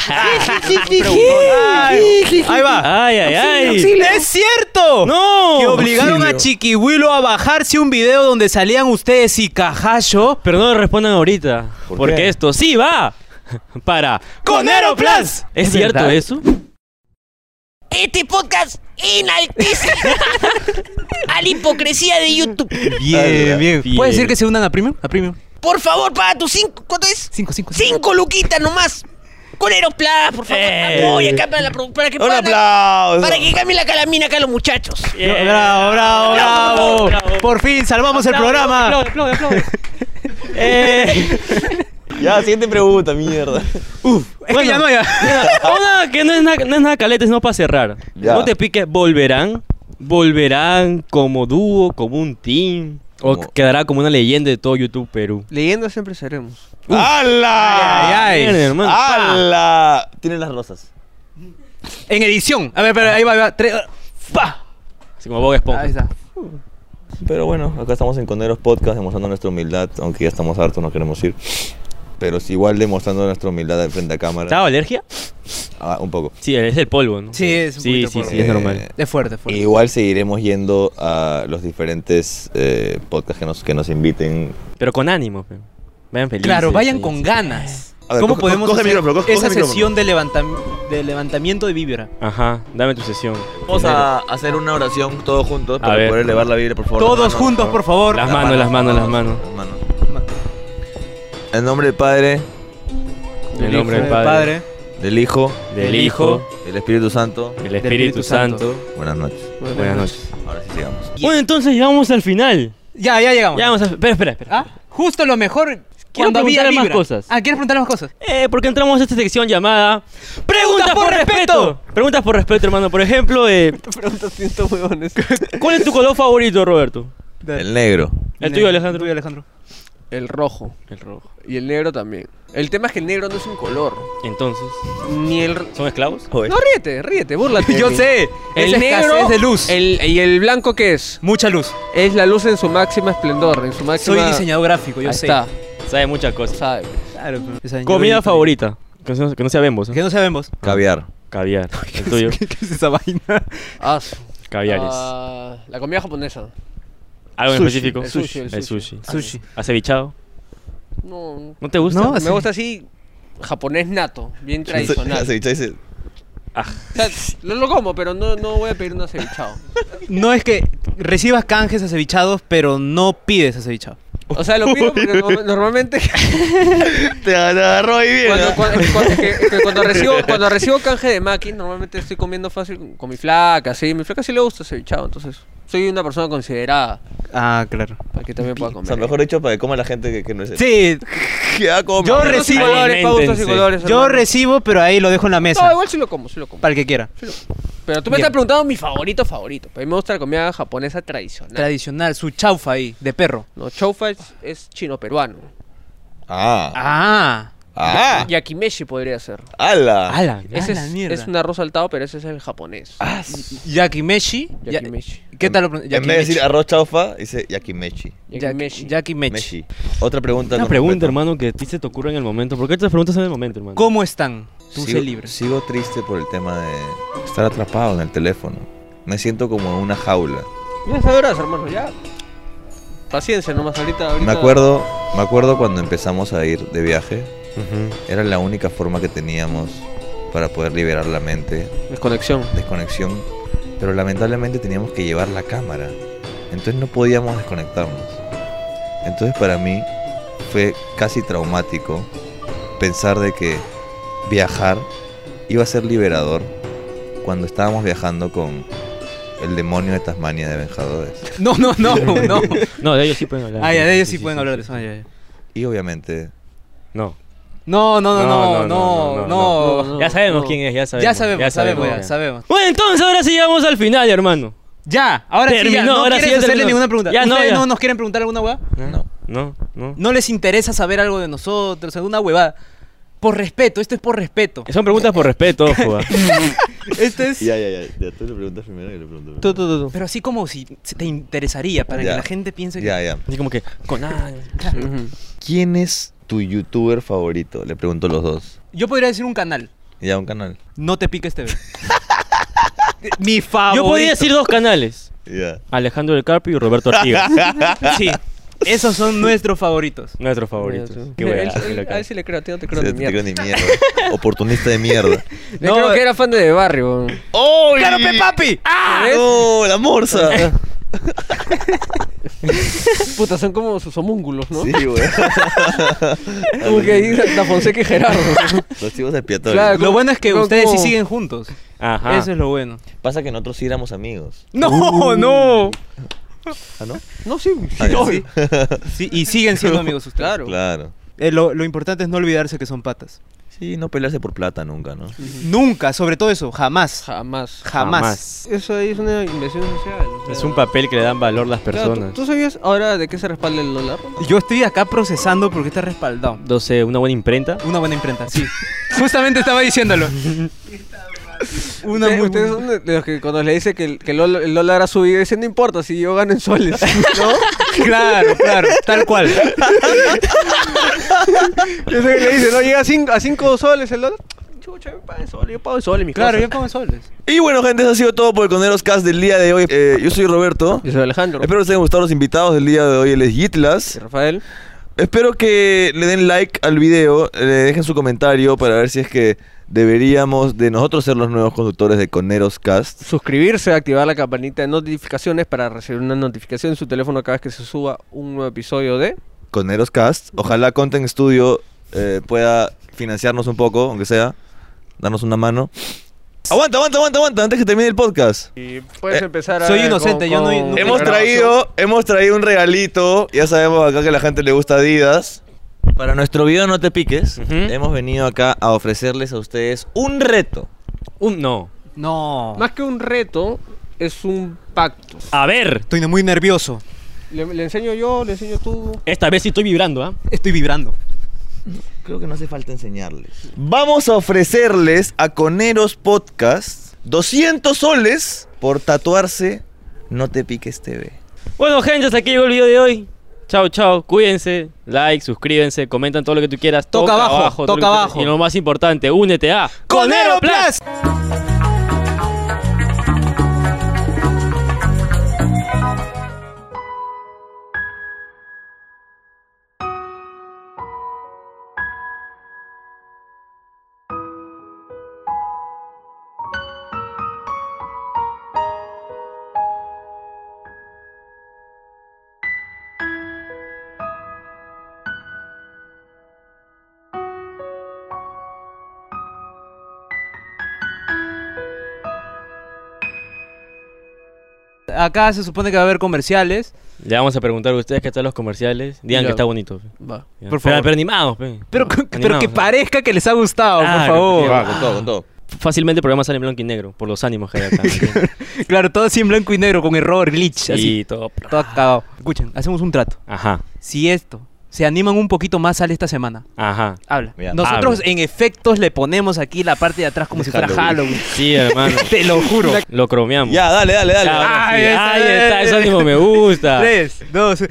Speaker 2: [laughs] Ay, ahí va.
Speaker 1: Ay, ay, ay.
Speaker 2: ¡Es cierto!
Speaker 1: ¡No!
Speaker 2: Que obligaron a
Speaker 1: Auxilio.
Speaker 2: Chiquihuilo a bajarse un video donde salían ustedes y Cajayo.
Speaker 1: Pero no me respondan ahorita.
Speaker 4: ¿Por
Speaker 1: porque
Speaker 4: qué?
Speaker 1: esto sí va para Conero Plus. ¿Es
Speaker 2: ¿Es
Speaker 1: cierto
Speaker 2: verdad?
Speaker 1: eso?
Speaker 6: Este podcast inaltece a la hipocresía de YouTube.
Speaker 2: Bien, bien.
Speaker 1: Bien.
Speaker 2: ¿Puedes decir que se unan a Premium? A Premium.
Speaker 6: Por favor, paga tus cinco. ¿Cuánto es?
Speaker 2: Cinco, cinco.
Speaker 6: Cinco luquitas nomás. Con Aeroplas, por favor.
Speaker 1: Eh.
Speaker 6: Apoya acá para, la pro- para que
Speaker 4: Un
Speaker 6: puedan-
Speaker 4: aplauso.
Speaker 6: Para que cambie la calamina acá los muchachos.
Speaker 1: Eh,
Speaker 2: Bravo, bravo, bravo. Por fin salvamos el programa.
Speaker 1: Aplaude, aplaude, aplaude. Eh, [laughs]
Speaker 4: Ya, siguiente pregunta, mierda.
Speaker 2: Es que ya no, ya.
Speaker 1: una que no es, nada, no es nada caleta, sino para cerrar.
Speaker 4: Ya.
Speaker 1: No te piques, volverán. Volverán como dúo, como un team. O
Speaker 4: Como-
Speaker 1: quedará como una leyenda de todo YouTube Perú.
Speaker 3: Leyendo siempre seremos.
Speaker 4: ¡Hala!
Speaker 2: Ay,
Speaker 1: Miren, hermano.
Speaker 4: Ah. ¡Hala! Tiene las rosas.
Speaker 2: En edición. A ver, pero ahí va, ahí va. Tres. ¡Fa!
Speaker 1: Así como Bob Esponja.
Speaker 2: Ahí está.
Speaker 4: Pero bueno, acá estamos en Coneros Podcast demostrando nuestra humildad, aunque ya estamos hartos, no queremos ir. Pero es igual demostrando nuestra humildad de frente a cámara.
Speaker 1: ¿Estaba alergia?
Speaker 4: Ah, un poco.
Speaker 1: Sí, es el polvo, ¿no?
Speaker 2: Sí, es un
Speaker 1: Sí,
Speaker 2: poquito
Speaker 1: sí,
Speaker 2: polvo.
Speaker 1: sí, es normal.
Speaker 2: Es fuerte, es fuerte.
Speaker 4: Igual seguiremos yendo a los diferentes eh, podcasts que nos, que nos inviten.
Speaker 1: Pero con ánimo. pe. Vayan felices.
Speaker 2: Claro, vayan
Speaker 1: sí,
Speaker 2: con
Speaker 1: sí.
Speaker 2: ganas.
Speaker 4: A ver,
Speaker 2: ¿Cómo
Speaker 4: coge-
Speaker 2: podemos
Speaker 4: coge el
Speaker 2: hacer
Speaker 4: micrófono, coge-
Speaker 2: esa
Speaker 4: coge el
Speaker 2: sesión de, levantam- de levantamiento de víbora?
Speaker 1: Ajá, dame tu sesión.
Speaker 4: Vamos a hacer una oración todos juntos para
Speaker 1: ver.
Speaker 4: poder elevar la Biblia, por favor.
Speaker 2: Todos
Speaker 4: Las manos,
Speaker 2: juntos, por favor.
Speaker 1: Las manos, las manos, las manos.
Speaker 4: las manos. En nombre del Padre,
Speaker 1: En el nombre del
Speaker 2: Hijo,
Speaker 1: Padre,
Speaker 4: del Hijo,
Speaker 1: del Hijo,
Speaker 4: del Espíritu Santo.
Speaker 1: del Espíritu Santo.
Speaker 4: Buenas noches.
Speaker 1: Buenas noches.
Speaker 4: Ahora sí sigamos.
Speaker 1: Bueno, entonces llegamos al final.
Speaker 2: Ya, ya llegamos.
Speaker 1: Ya vamos a... Espera, espera, espera.
Speaker 2: ¿Ah? Justo lo mejor cuando había
Speaker 1: preguntar más
Speaker 2: vibra.
Speaker 1: cosas.
Speaker 2: Ah, ¿quieres preguntar más cosas?
Speaker 1: Eh, porque entramos a esta sección llamada... ¡Preguntas por respeto! Preguntas por respeto, hermano. Por ejemplo, eh,
Speaker 3: Preguntas siento huevones.
Speaker 1: ¿cuál es tu color favorito, Roberto?
Speaker 4: El negro.
Speaker 1: El tuyo, Alejandro.
Speaker 2: tuyo, Alejandro.
Speaker 3: [laughs] El rojo.
Speaker 1: El rojo.
Speaker 3: Y el negro también. El tema es que el negro no es un color.
Speaker 1: Entonces,
Speaker 3: Ni el.
Speaker 1: ¿son esclavos?
Speaker 4: Joder.
Speaker 3: No, ríete, ríete, búrlate. de
Speaker 2: [laughs] Yo
Speaker 3: mí.
Speaker 2: sé.
Speaker 3: El
Speaker 2: es
Speaker 3: negro.
Speaker 2: escasez de luz.
Speaker 3: el- ¿Y el blanco qué es?
Speaker 2: Mucha luz.
Speaker 3: Es la luz en su máxima esplendor, en su máxima.
Speaker 2: Soy diseñador gráfico, yo
Speaker 3: Ahí
Speaker 2: sé.
Speaker 3: está,
Speaker 1: Sabe muchas cosas.
Speaker 3: sabe.
Speaker 2: Claro, pero- Esa-
Speaker 1: Comida
Speaker 2: yo-
Speaker 1: favorita. Que no, que no sabemos. ¿eh?
Speaker 2: Que no sabemos.
Speaker 4: Caviar.
Speaker 1: Caviar. El tuyo.
Speaker 2: [laughs] ¿Qué es esa vaina?
Speaker 3: Ah, su-
Speaker 1: Caviares.
Speaker 3: ah, la comida japonesa.
Speaker 1: Algo en
Speaker 2: sushi,
Speaker 1: específico.
Speaker 3: el sushi, el
Speaker 1: El sushi.
Speaker 3: sushi.
Speaker 2: Sushi.
Speaker 1: Acevichado.
Speaker 3: No,
Speaker 1: ¿No te gusta?
Speaker 2: No,
Speaker 3: me
Speaker 2: así.
Speaker 3: gusta así japonés nato, bien tradicional.
Speaker 4: Se- se- se-
Speaker 3: O sea, lo, lo como, pero no, no voy a pedir un acevichado.
Speaker 2: No es que recibas canjes acevichados, pero no pides acevichado.
Speaker 3: O
Speaker 2: [laughs]
Speaker 3: sea, lo pido porque no- normalmente [laughs]
Speaker 4: Te agarró ahí bien.
Speaker 3: cuando,
Speaker 4: ¿ah?
Speaker 3: cuando- es que- que- que cuando recibo cuando recibo canje de maki, normalmente estoy comiendo fácil con, con mi flaca, sí, mi flaca sí le gusta acevichado, entonces soy una persona considerada
Speaker 2: Ah, claro.
Speaker 3: para que también pueda
Speaker 4: O
Speaker 3: comer.
Speaker 4: sea, mejor dicho, para que coma la gente que, que no es.
Speaker 2: Sí,
Speaker 4: Que va a comer.
Speaker 2: Yo
Speaker 3: Gustos y
Speaker 2: recibo-
Speaker 3: colores, pa' gustos y
Speaker 1: Aliméntense.
Speaker 3: colores,
Speaker 2: yo
Speaker 3: hermano.
Speaker 2: recibo, pero ahí lo dejo en la
Speaker 3: No,
Speaker 2: mesa.
Speaker 3: igual sí lo como, sí lo como.
Speaker 2: Para el que quiera.
Speaker 3: Pero tú me
Speaker 2: Bien.
Speaker 3: estás preguntando mi favorito favorito. A mí me gusta la comida japonesa tradicional.
Speaker 2: Tradicional, su chaufa ahí, de perro.
Speaker 3: no, choufa es, es chino-peruano.
Speaker 4: Ah.
Speaker 2: Ah.
Speaker 4: Ah.
Speaker 3: Yakimeshi podría ser.
Speaker 4: ¡Hala!
Speaker 1: ¡Hala!
Speaker 3: Ese es,
Speaker 2: mierda.
Speaker 3: es un arroz saltado, pero ese es el japonés.
Speaker 2: Ah, Yakimeshi. Ya-
Speaker 3: Yakimeshi.
Speaker 2: ¿Qué tal lo pronun-
Speaker 4: En vez de decir arroz chaufa, dice yakimeshi.
Speaker 3: Yakimeshi.
Speaker 2: Yak- Yakimeshi.
Speaker 4: Meshi. Otra pregunta.
Speaker 1: Una
Speaker 4: con
Speaker 1: pregunta,
Speaker 4: respeto.
Speaker 1: hermano, que a ti se te ocurre en el momento. ¿Por qué estas preguntas son en el momento, hermano?
Speaker 2: ¿Cómo están? Tú sé
Speaker 4: Sigo-
Speaker 2: libre.
Speaker 4: Sigo triste por el tema de estar atrapado en el teléfono. Me siento como en una jaula.
Speaker 3: Ya sabrás, hermano, ya. Paciencia nomás, ahorita, ahorita.
Speaker 4: Me acuerdo, me acuerdo cuando empezamos a ir de viaje, era la única forma que teníamos para poder liberar la mente,
Speaker 3: Desconexión.
Speaker 4: desconexión, pero lamentablemente teníamos que llevar la cámara, entonces no podíamos desconectarnos. Entonces para mí fue casi traumático pensar de que viajar iba a ser liberador cuando estábamos viajando con el demonio de Tasmania de Vengadores.
Speaker 2: No, no, no, [laughs] no.
Speaker 1: No, de ellos sí pueden hablar.
Speaker 2: Ah, ya, de ellos sí pueden hablar de eso. ah, ya, ya.
Speaker 4: Y obviamente
Speaker 1: No.
Speaker 2: No, no, no, no,
Speaker 1: No, no,
Speaker 2: no, no.
Speaker 1: Ya sabemos quién es, ya sabemos.
Speaker 2: Ya sabemos, sabemos, ya sabemos.
Speaker 1: Bueno, entonces ahora sí llegamos al final, hermano.
Speaker 2: Ya, ahora sí, ya,
Speaker 1: Terminó,
Speaker 2: no
Speaker 1: ahora sí
Speaker 2: quieres
Speaker 1: ya
Speaker 2: hacerle
Speaker 1: terminó.
Speaker 2: ninguna pregunta.
Speaker 1: Ya, no,
Speaker 2: ¿Ustedes
Speaker 1: ya.
Speaker 2: no nos quieren preguntar alguna hueá?
Speaker 4: No.
Speaker 1: No, no.
Speaker 2: ¿No les interesa saber algo de nosotros, alguna huevada? Por respeto, esto es por respeto.
Speaker 1: Eh, Son preguntas por respeto, ojo. ah.
Speaker 2: Esto es...
Speaker 4: Ya, ya, ya. Ya tú le preguntas primero y le pregunto.
Speaker 3: Tú, tú, tú, tú.
Speaker 2: Pero así como si se te interesaría, para
Speaker 4: Ya.
Speaker 2: que la gente piense que...
Speaker 4: Ya, ya.
Speaker 1: Así como que, con nada.
Speaker 3: Ujú.
Speaker 4: ¿Quién es tu youtuber favorito? Le pregunto a los dos.
Speaker 2: Yo podría decir un canal,
Speaker 4: Ya, un canal.
Speaker 2: no te
Speaker 1: [laughs]
Speaker 2: piques TV. Mi favorito.
Speaker 1: Yo podía decir dos canales.
Speaker 4: Ya.
Speaker 1: Alejandro del Carpio y Roberto Ortigas.
Speaker 2: Sí, esos son nuestros favoritos.
Speaker 1: Nuestros favoritos. Qué
Speaker 3: Mira,
Speaker 1: buena.
Speaker 3: él- él- A él sí le creo, a ti no te creo
Speaker 4: Sí,
Speaker 3: ni
Speaker 4: te digo
Speaker 3: mierda.
Speaker 4: ni mierda.
Speaker 3: [laughs]
Speaker 4: Oportunista de mierda.
Speaker 3: Yo creo que era fan de Barrio. weón.
Speaker 4: ¡Oh!
Speaker 2: ¡Claro, Ah. pe papi!
Speaker 3: [laughs] ¿Ves?
Speaker 4: Ah, ¡No! ¡La morsa!
Speaker 3: Puta, son como sus homúnculos, [laughs] ¿no?
Speaker 4: [laughs] Sí, güey.
Speaker 3: [laughs] Como que ahí Da Fonseca y
Speaker 4: [laughs]
Speaker 3: Gerardo.
Speaker 4: Los chivos de Piatorio.
Speaker 3: Claro.
Speaker 2: Lo bueno es que
Speaker 3: Como-
Speaker 2: ustedes sí
Speaker 3: como-
Speaker 2: siguen juntos.
Speaker 1: Ajá.
Speaker 2: Eso es lo bueno.
Speaker 4: Pasa que nosotros sí éramos amigos.
Speaker 2: ¡No, no!
Speaker 4: ¿Ah, no?
Speaker 3: No, sí,
Speaker 4: Ah,
Speaker 3: sí,
Speaker 4: ya.
Speaker 3: obvio.
Speaker 2: Sí, y siguen siendo amigos ustedes.
Speaker 3: Claro.
Speaker 4: Claro.
Speaker 2: Eh, lo, lo importante es no olvidarse que son patas.
Speaker 4: Sí, no pelearse por plata nunca, ¿no?
Speaker 2: Nunca, sobre todo eso, jamás.
Speaker 3: Jamás.
Speaker 2: jamás.
Speaker 3: Eso ahí es una inversión social. o sea.
Speaker 1: Es un papel que le dan valor las
Speaker 3: Claro, ¿tú-
Speaker 1: personas.
Speaker 3: ¿tú, sabías ahora de qué se respalda el dólar?
Speaker 2: Yo estoy acá procesando porque está respaldado.
Speaker 1: No sé, una buena imprenta.
Speaker 2: Una buena imprenta, sí. Justamente estaba diciéndolo. Una
Speaker 3: Ustedes-
Speaker 2: muy
Speaker 3: ustedes
Speaker 2: buena-
Speaker 3: son de- de los que cuando le dice que, el, que el dólar- el dólar ha subido, dicen no importa si yo gano en soles. [laughs] ¿No?
Speaker 2: Claro, claro, tal cual.
Speaker 3: Yo sé que le dice, no llega a 5 a cinco soles el dólar. Chucha, yo pago en soles, yo pago en soles, mi
Speaker 2: Claro, yo como soles.
Speaker 4: Y bueno, gente, eso ha sido todo por el Coneros Cast del día de hoy. Eh, yo Eh, soy Roberto.
Speaker 3: Yo soy Alejandro.
Speaker 4: Espero que les hayan gustado los invitados del día de hoy. Él es Yitlas.
Speaker 3: Rafael.
Speaker 4: Espero que le den like al video, le dejen su comentario para ver si es que deberíamos de nosotros ser los nuevos conductores de Coneros Cast.
Speaker 3: Suscribirse, activar la campanita de notificaciones para recibir una notificación en su teléfono cada vez que se suba un nuevo episodio de...
Speaker 4: Coneros Cast. Ojalá Content Studio eh, pueda financiarnos un poco, aunque sea, darnos una mano. Aguanta, aguanta, aguanta, aguanta, antes que termine el podcast.
Speaker 3: Y puedes
Speaker 4: Eh,
Speaker 3: empezar a...
Speaker 2: soy inocente, yo no- nunca
Speaker 4: Hemos traído, hemos traído un regalito. Ya sabemos acá que a la gente le gusta Adidas. Para nuestro video No Te Piques,
Speaker 1: Ujú.
Speaker 4: hemos venido acá a ofrecerles a ustedes un reto.
Speaker 1: Un, no.
Speaker 2: No.
Speaker 3: Más que un reto, es un pacto.
Speaker 1: A ver,
Speaker 2: Estoy muy nervioso.
Speaker 3: Le, le enseño yo, le enseño tú.
Speaker 1: esta vez sí estoy vibrando, ¿ah?
Speaker 2: Estoy vibrando.
Speaker 4: Creo que no hace falta enseñarles. Vamos a ofrecerles a Coneros Podcast 200 soles por tatuarse No Te Piques TV.
Speaker 1: Bueno, gente, hasta aquí llegó el video de hoy. Chao, chao. Cuídense. Like, suscríbanse, comentan todo lo que tú quieras.
Speaker 2: Toca abajo,
Speaker 1: todo lo que
Speaker 2: toca
Speaker 1: tú-
Speaker 2: abajo.
Speaker 1: Y lo más importante, únete a
Speaker 2: ¡Conero
Speaker 1: Plus.
Speaker 2: Plus! Acá se supone que va a haber comerciales.
Speaker 1: Le vamos a preguntar a ustedes qué tal los comerciales. Digan
Speaker 3: Ya.
Speaker 1: que está bonito. pe.
Speaker 3: Va.
Speaker 1: Ya. Pero-
Speaker 2: Por favor.
Speaker 1: Pero animados, pe.
Speaker 2: Pero, que- pero
Speaker 1: Animados,
Speaker 2: que
Speaker 1: ¿no?
Speaker 2: parezca que les ha gustado,
Speaker 1: Claro,
Speaker 2: por
Speaker 1: ya.
Speaker 2: favor.
Speaker 4: Va, Ah, con todo, con todo.
Speaker 1: Fácilmente el programa sale en blanco y negro por los ánimos que hay [laughs] acá. ¿me entiendes?
Speaker 2: Claro, todo así en blanco y negro, con error, glitch, así.
Speaker 1: y todo.
Speaker 2: Todo acabado. Escuchen, hacemos un trato.
Speaker 1: Ajá,
Speaker 2: Si esto se animan un poquito más, sale esta semana.
Speaker 1: ajá.
Speaker 2: Habla.
Speaker 4: Mira,
Speaker 2: Nosotros
Speaker 1: habla.
Speaker 2: en efectos le ponemos aquí la parte de atrás como si fuera
Speaker 4: Halloween.
Speaker 2: Halloween.
Speaker 1: Sí, hermano. [laughs]
Speaker 2: [laughs] Te lo juro.
Speaker 1: Lo cromeamos.
Speaker 4: Ya, dale, dale, dale.
Speaker 1: Ya, ahora sí.
Speaker 2: Ahí está,
Speaker 1: Ahí está,
Speaker 2: eh.
Speaker 1: ese ánimo me gusta.
Speaker 2: [laughs] Tres, dos.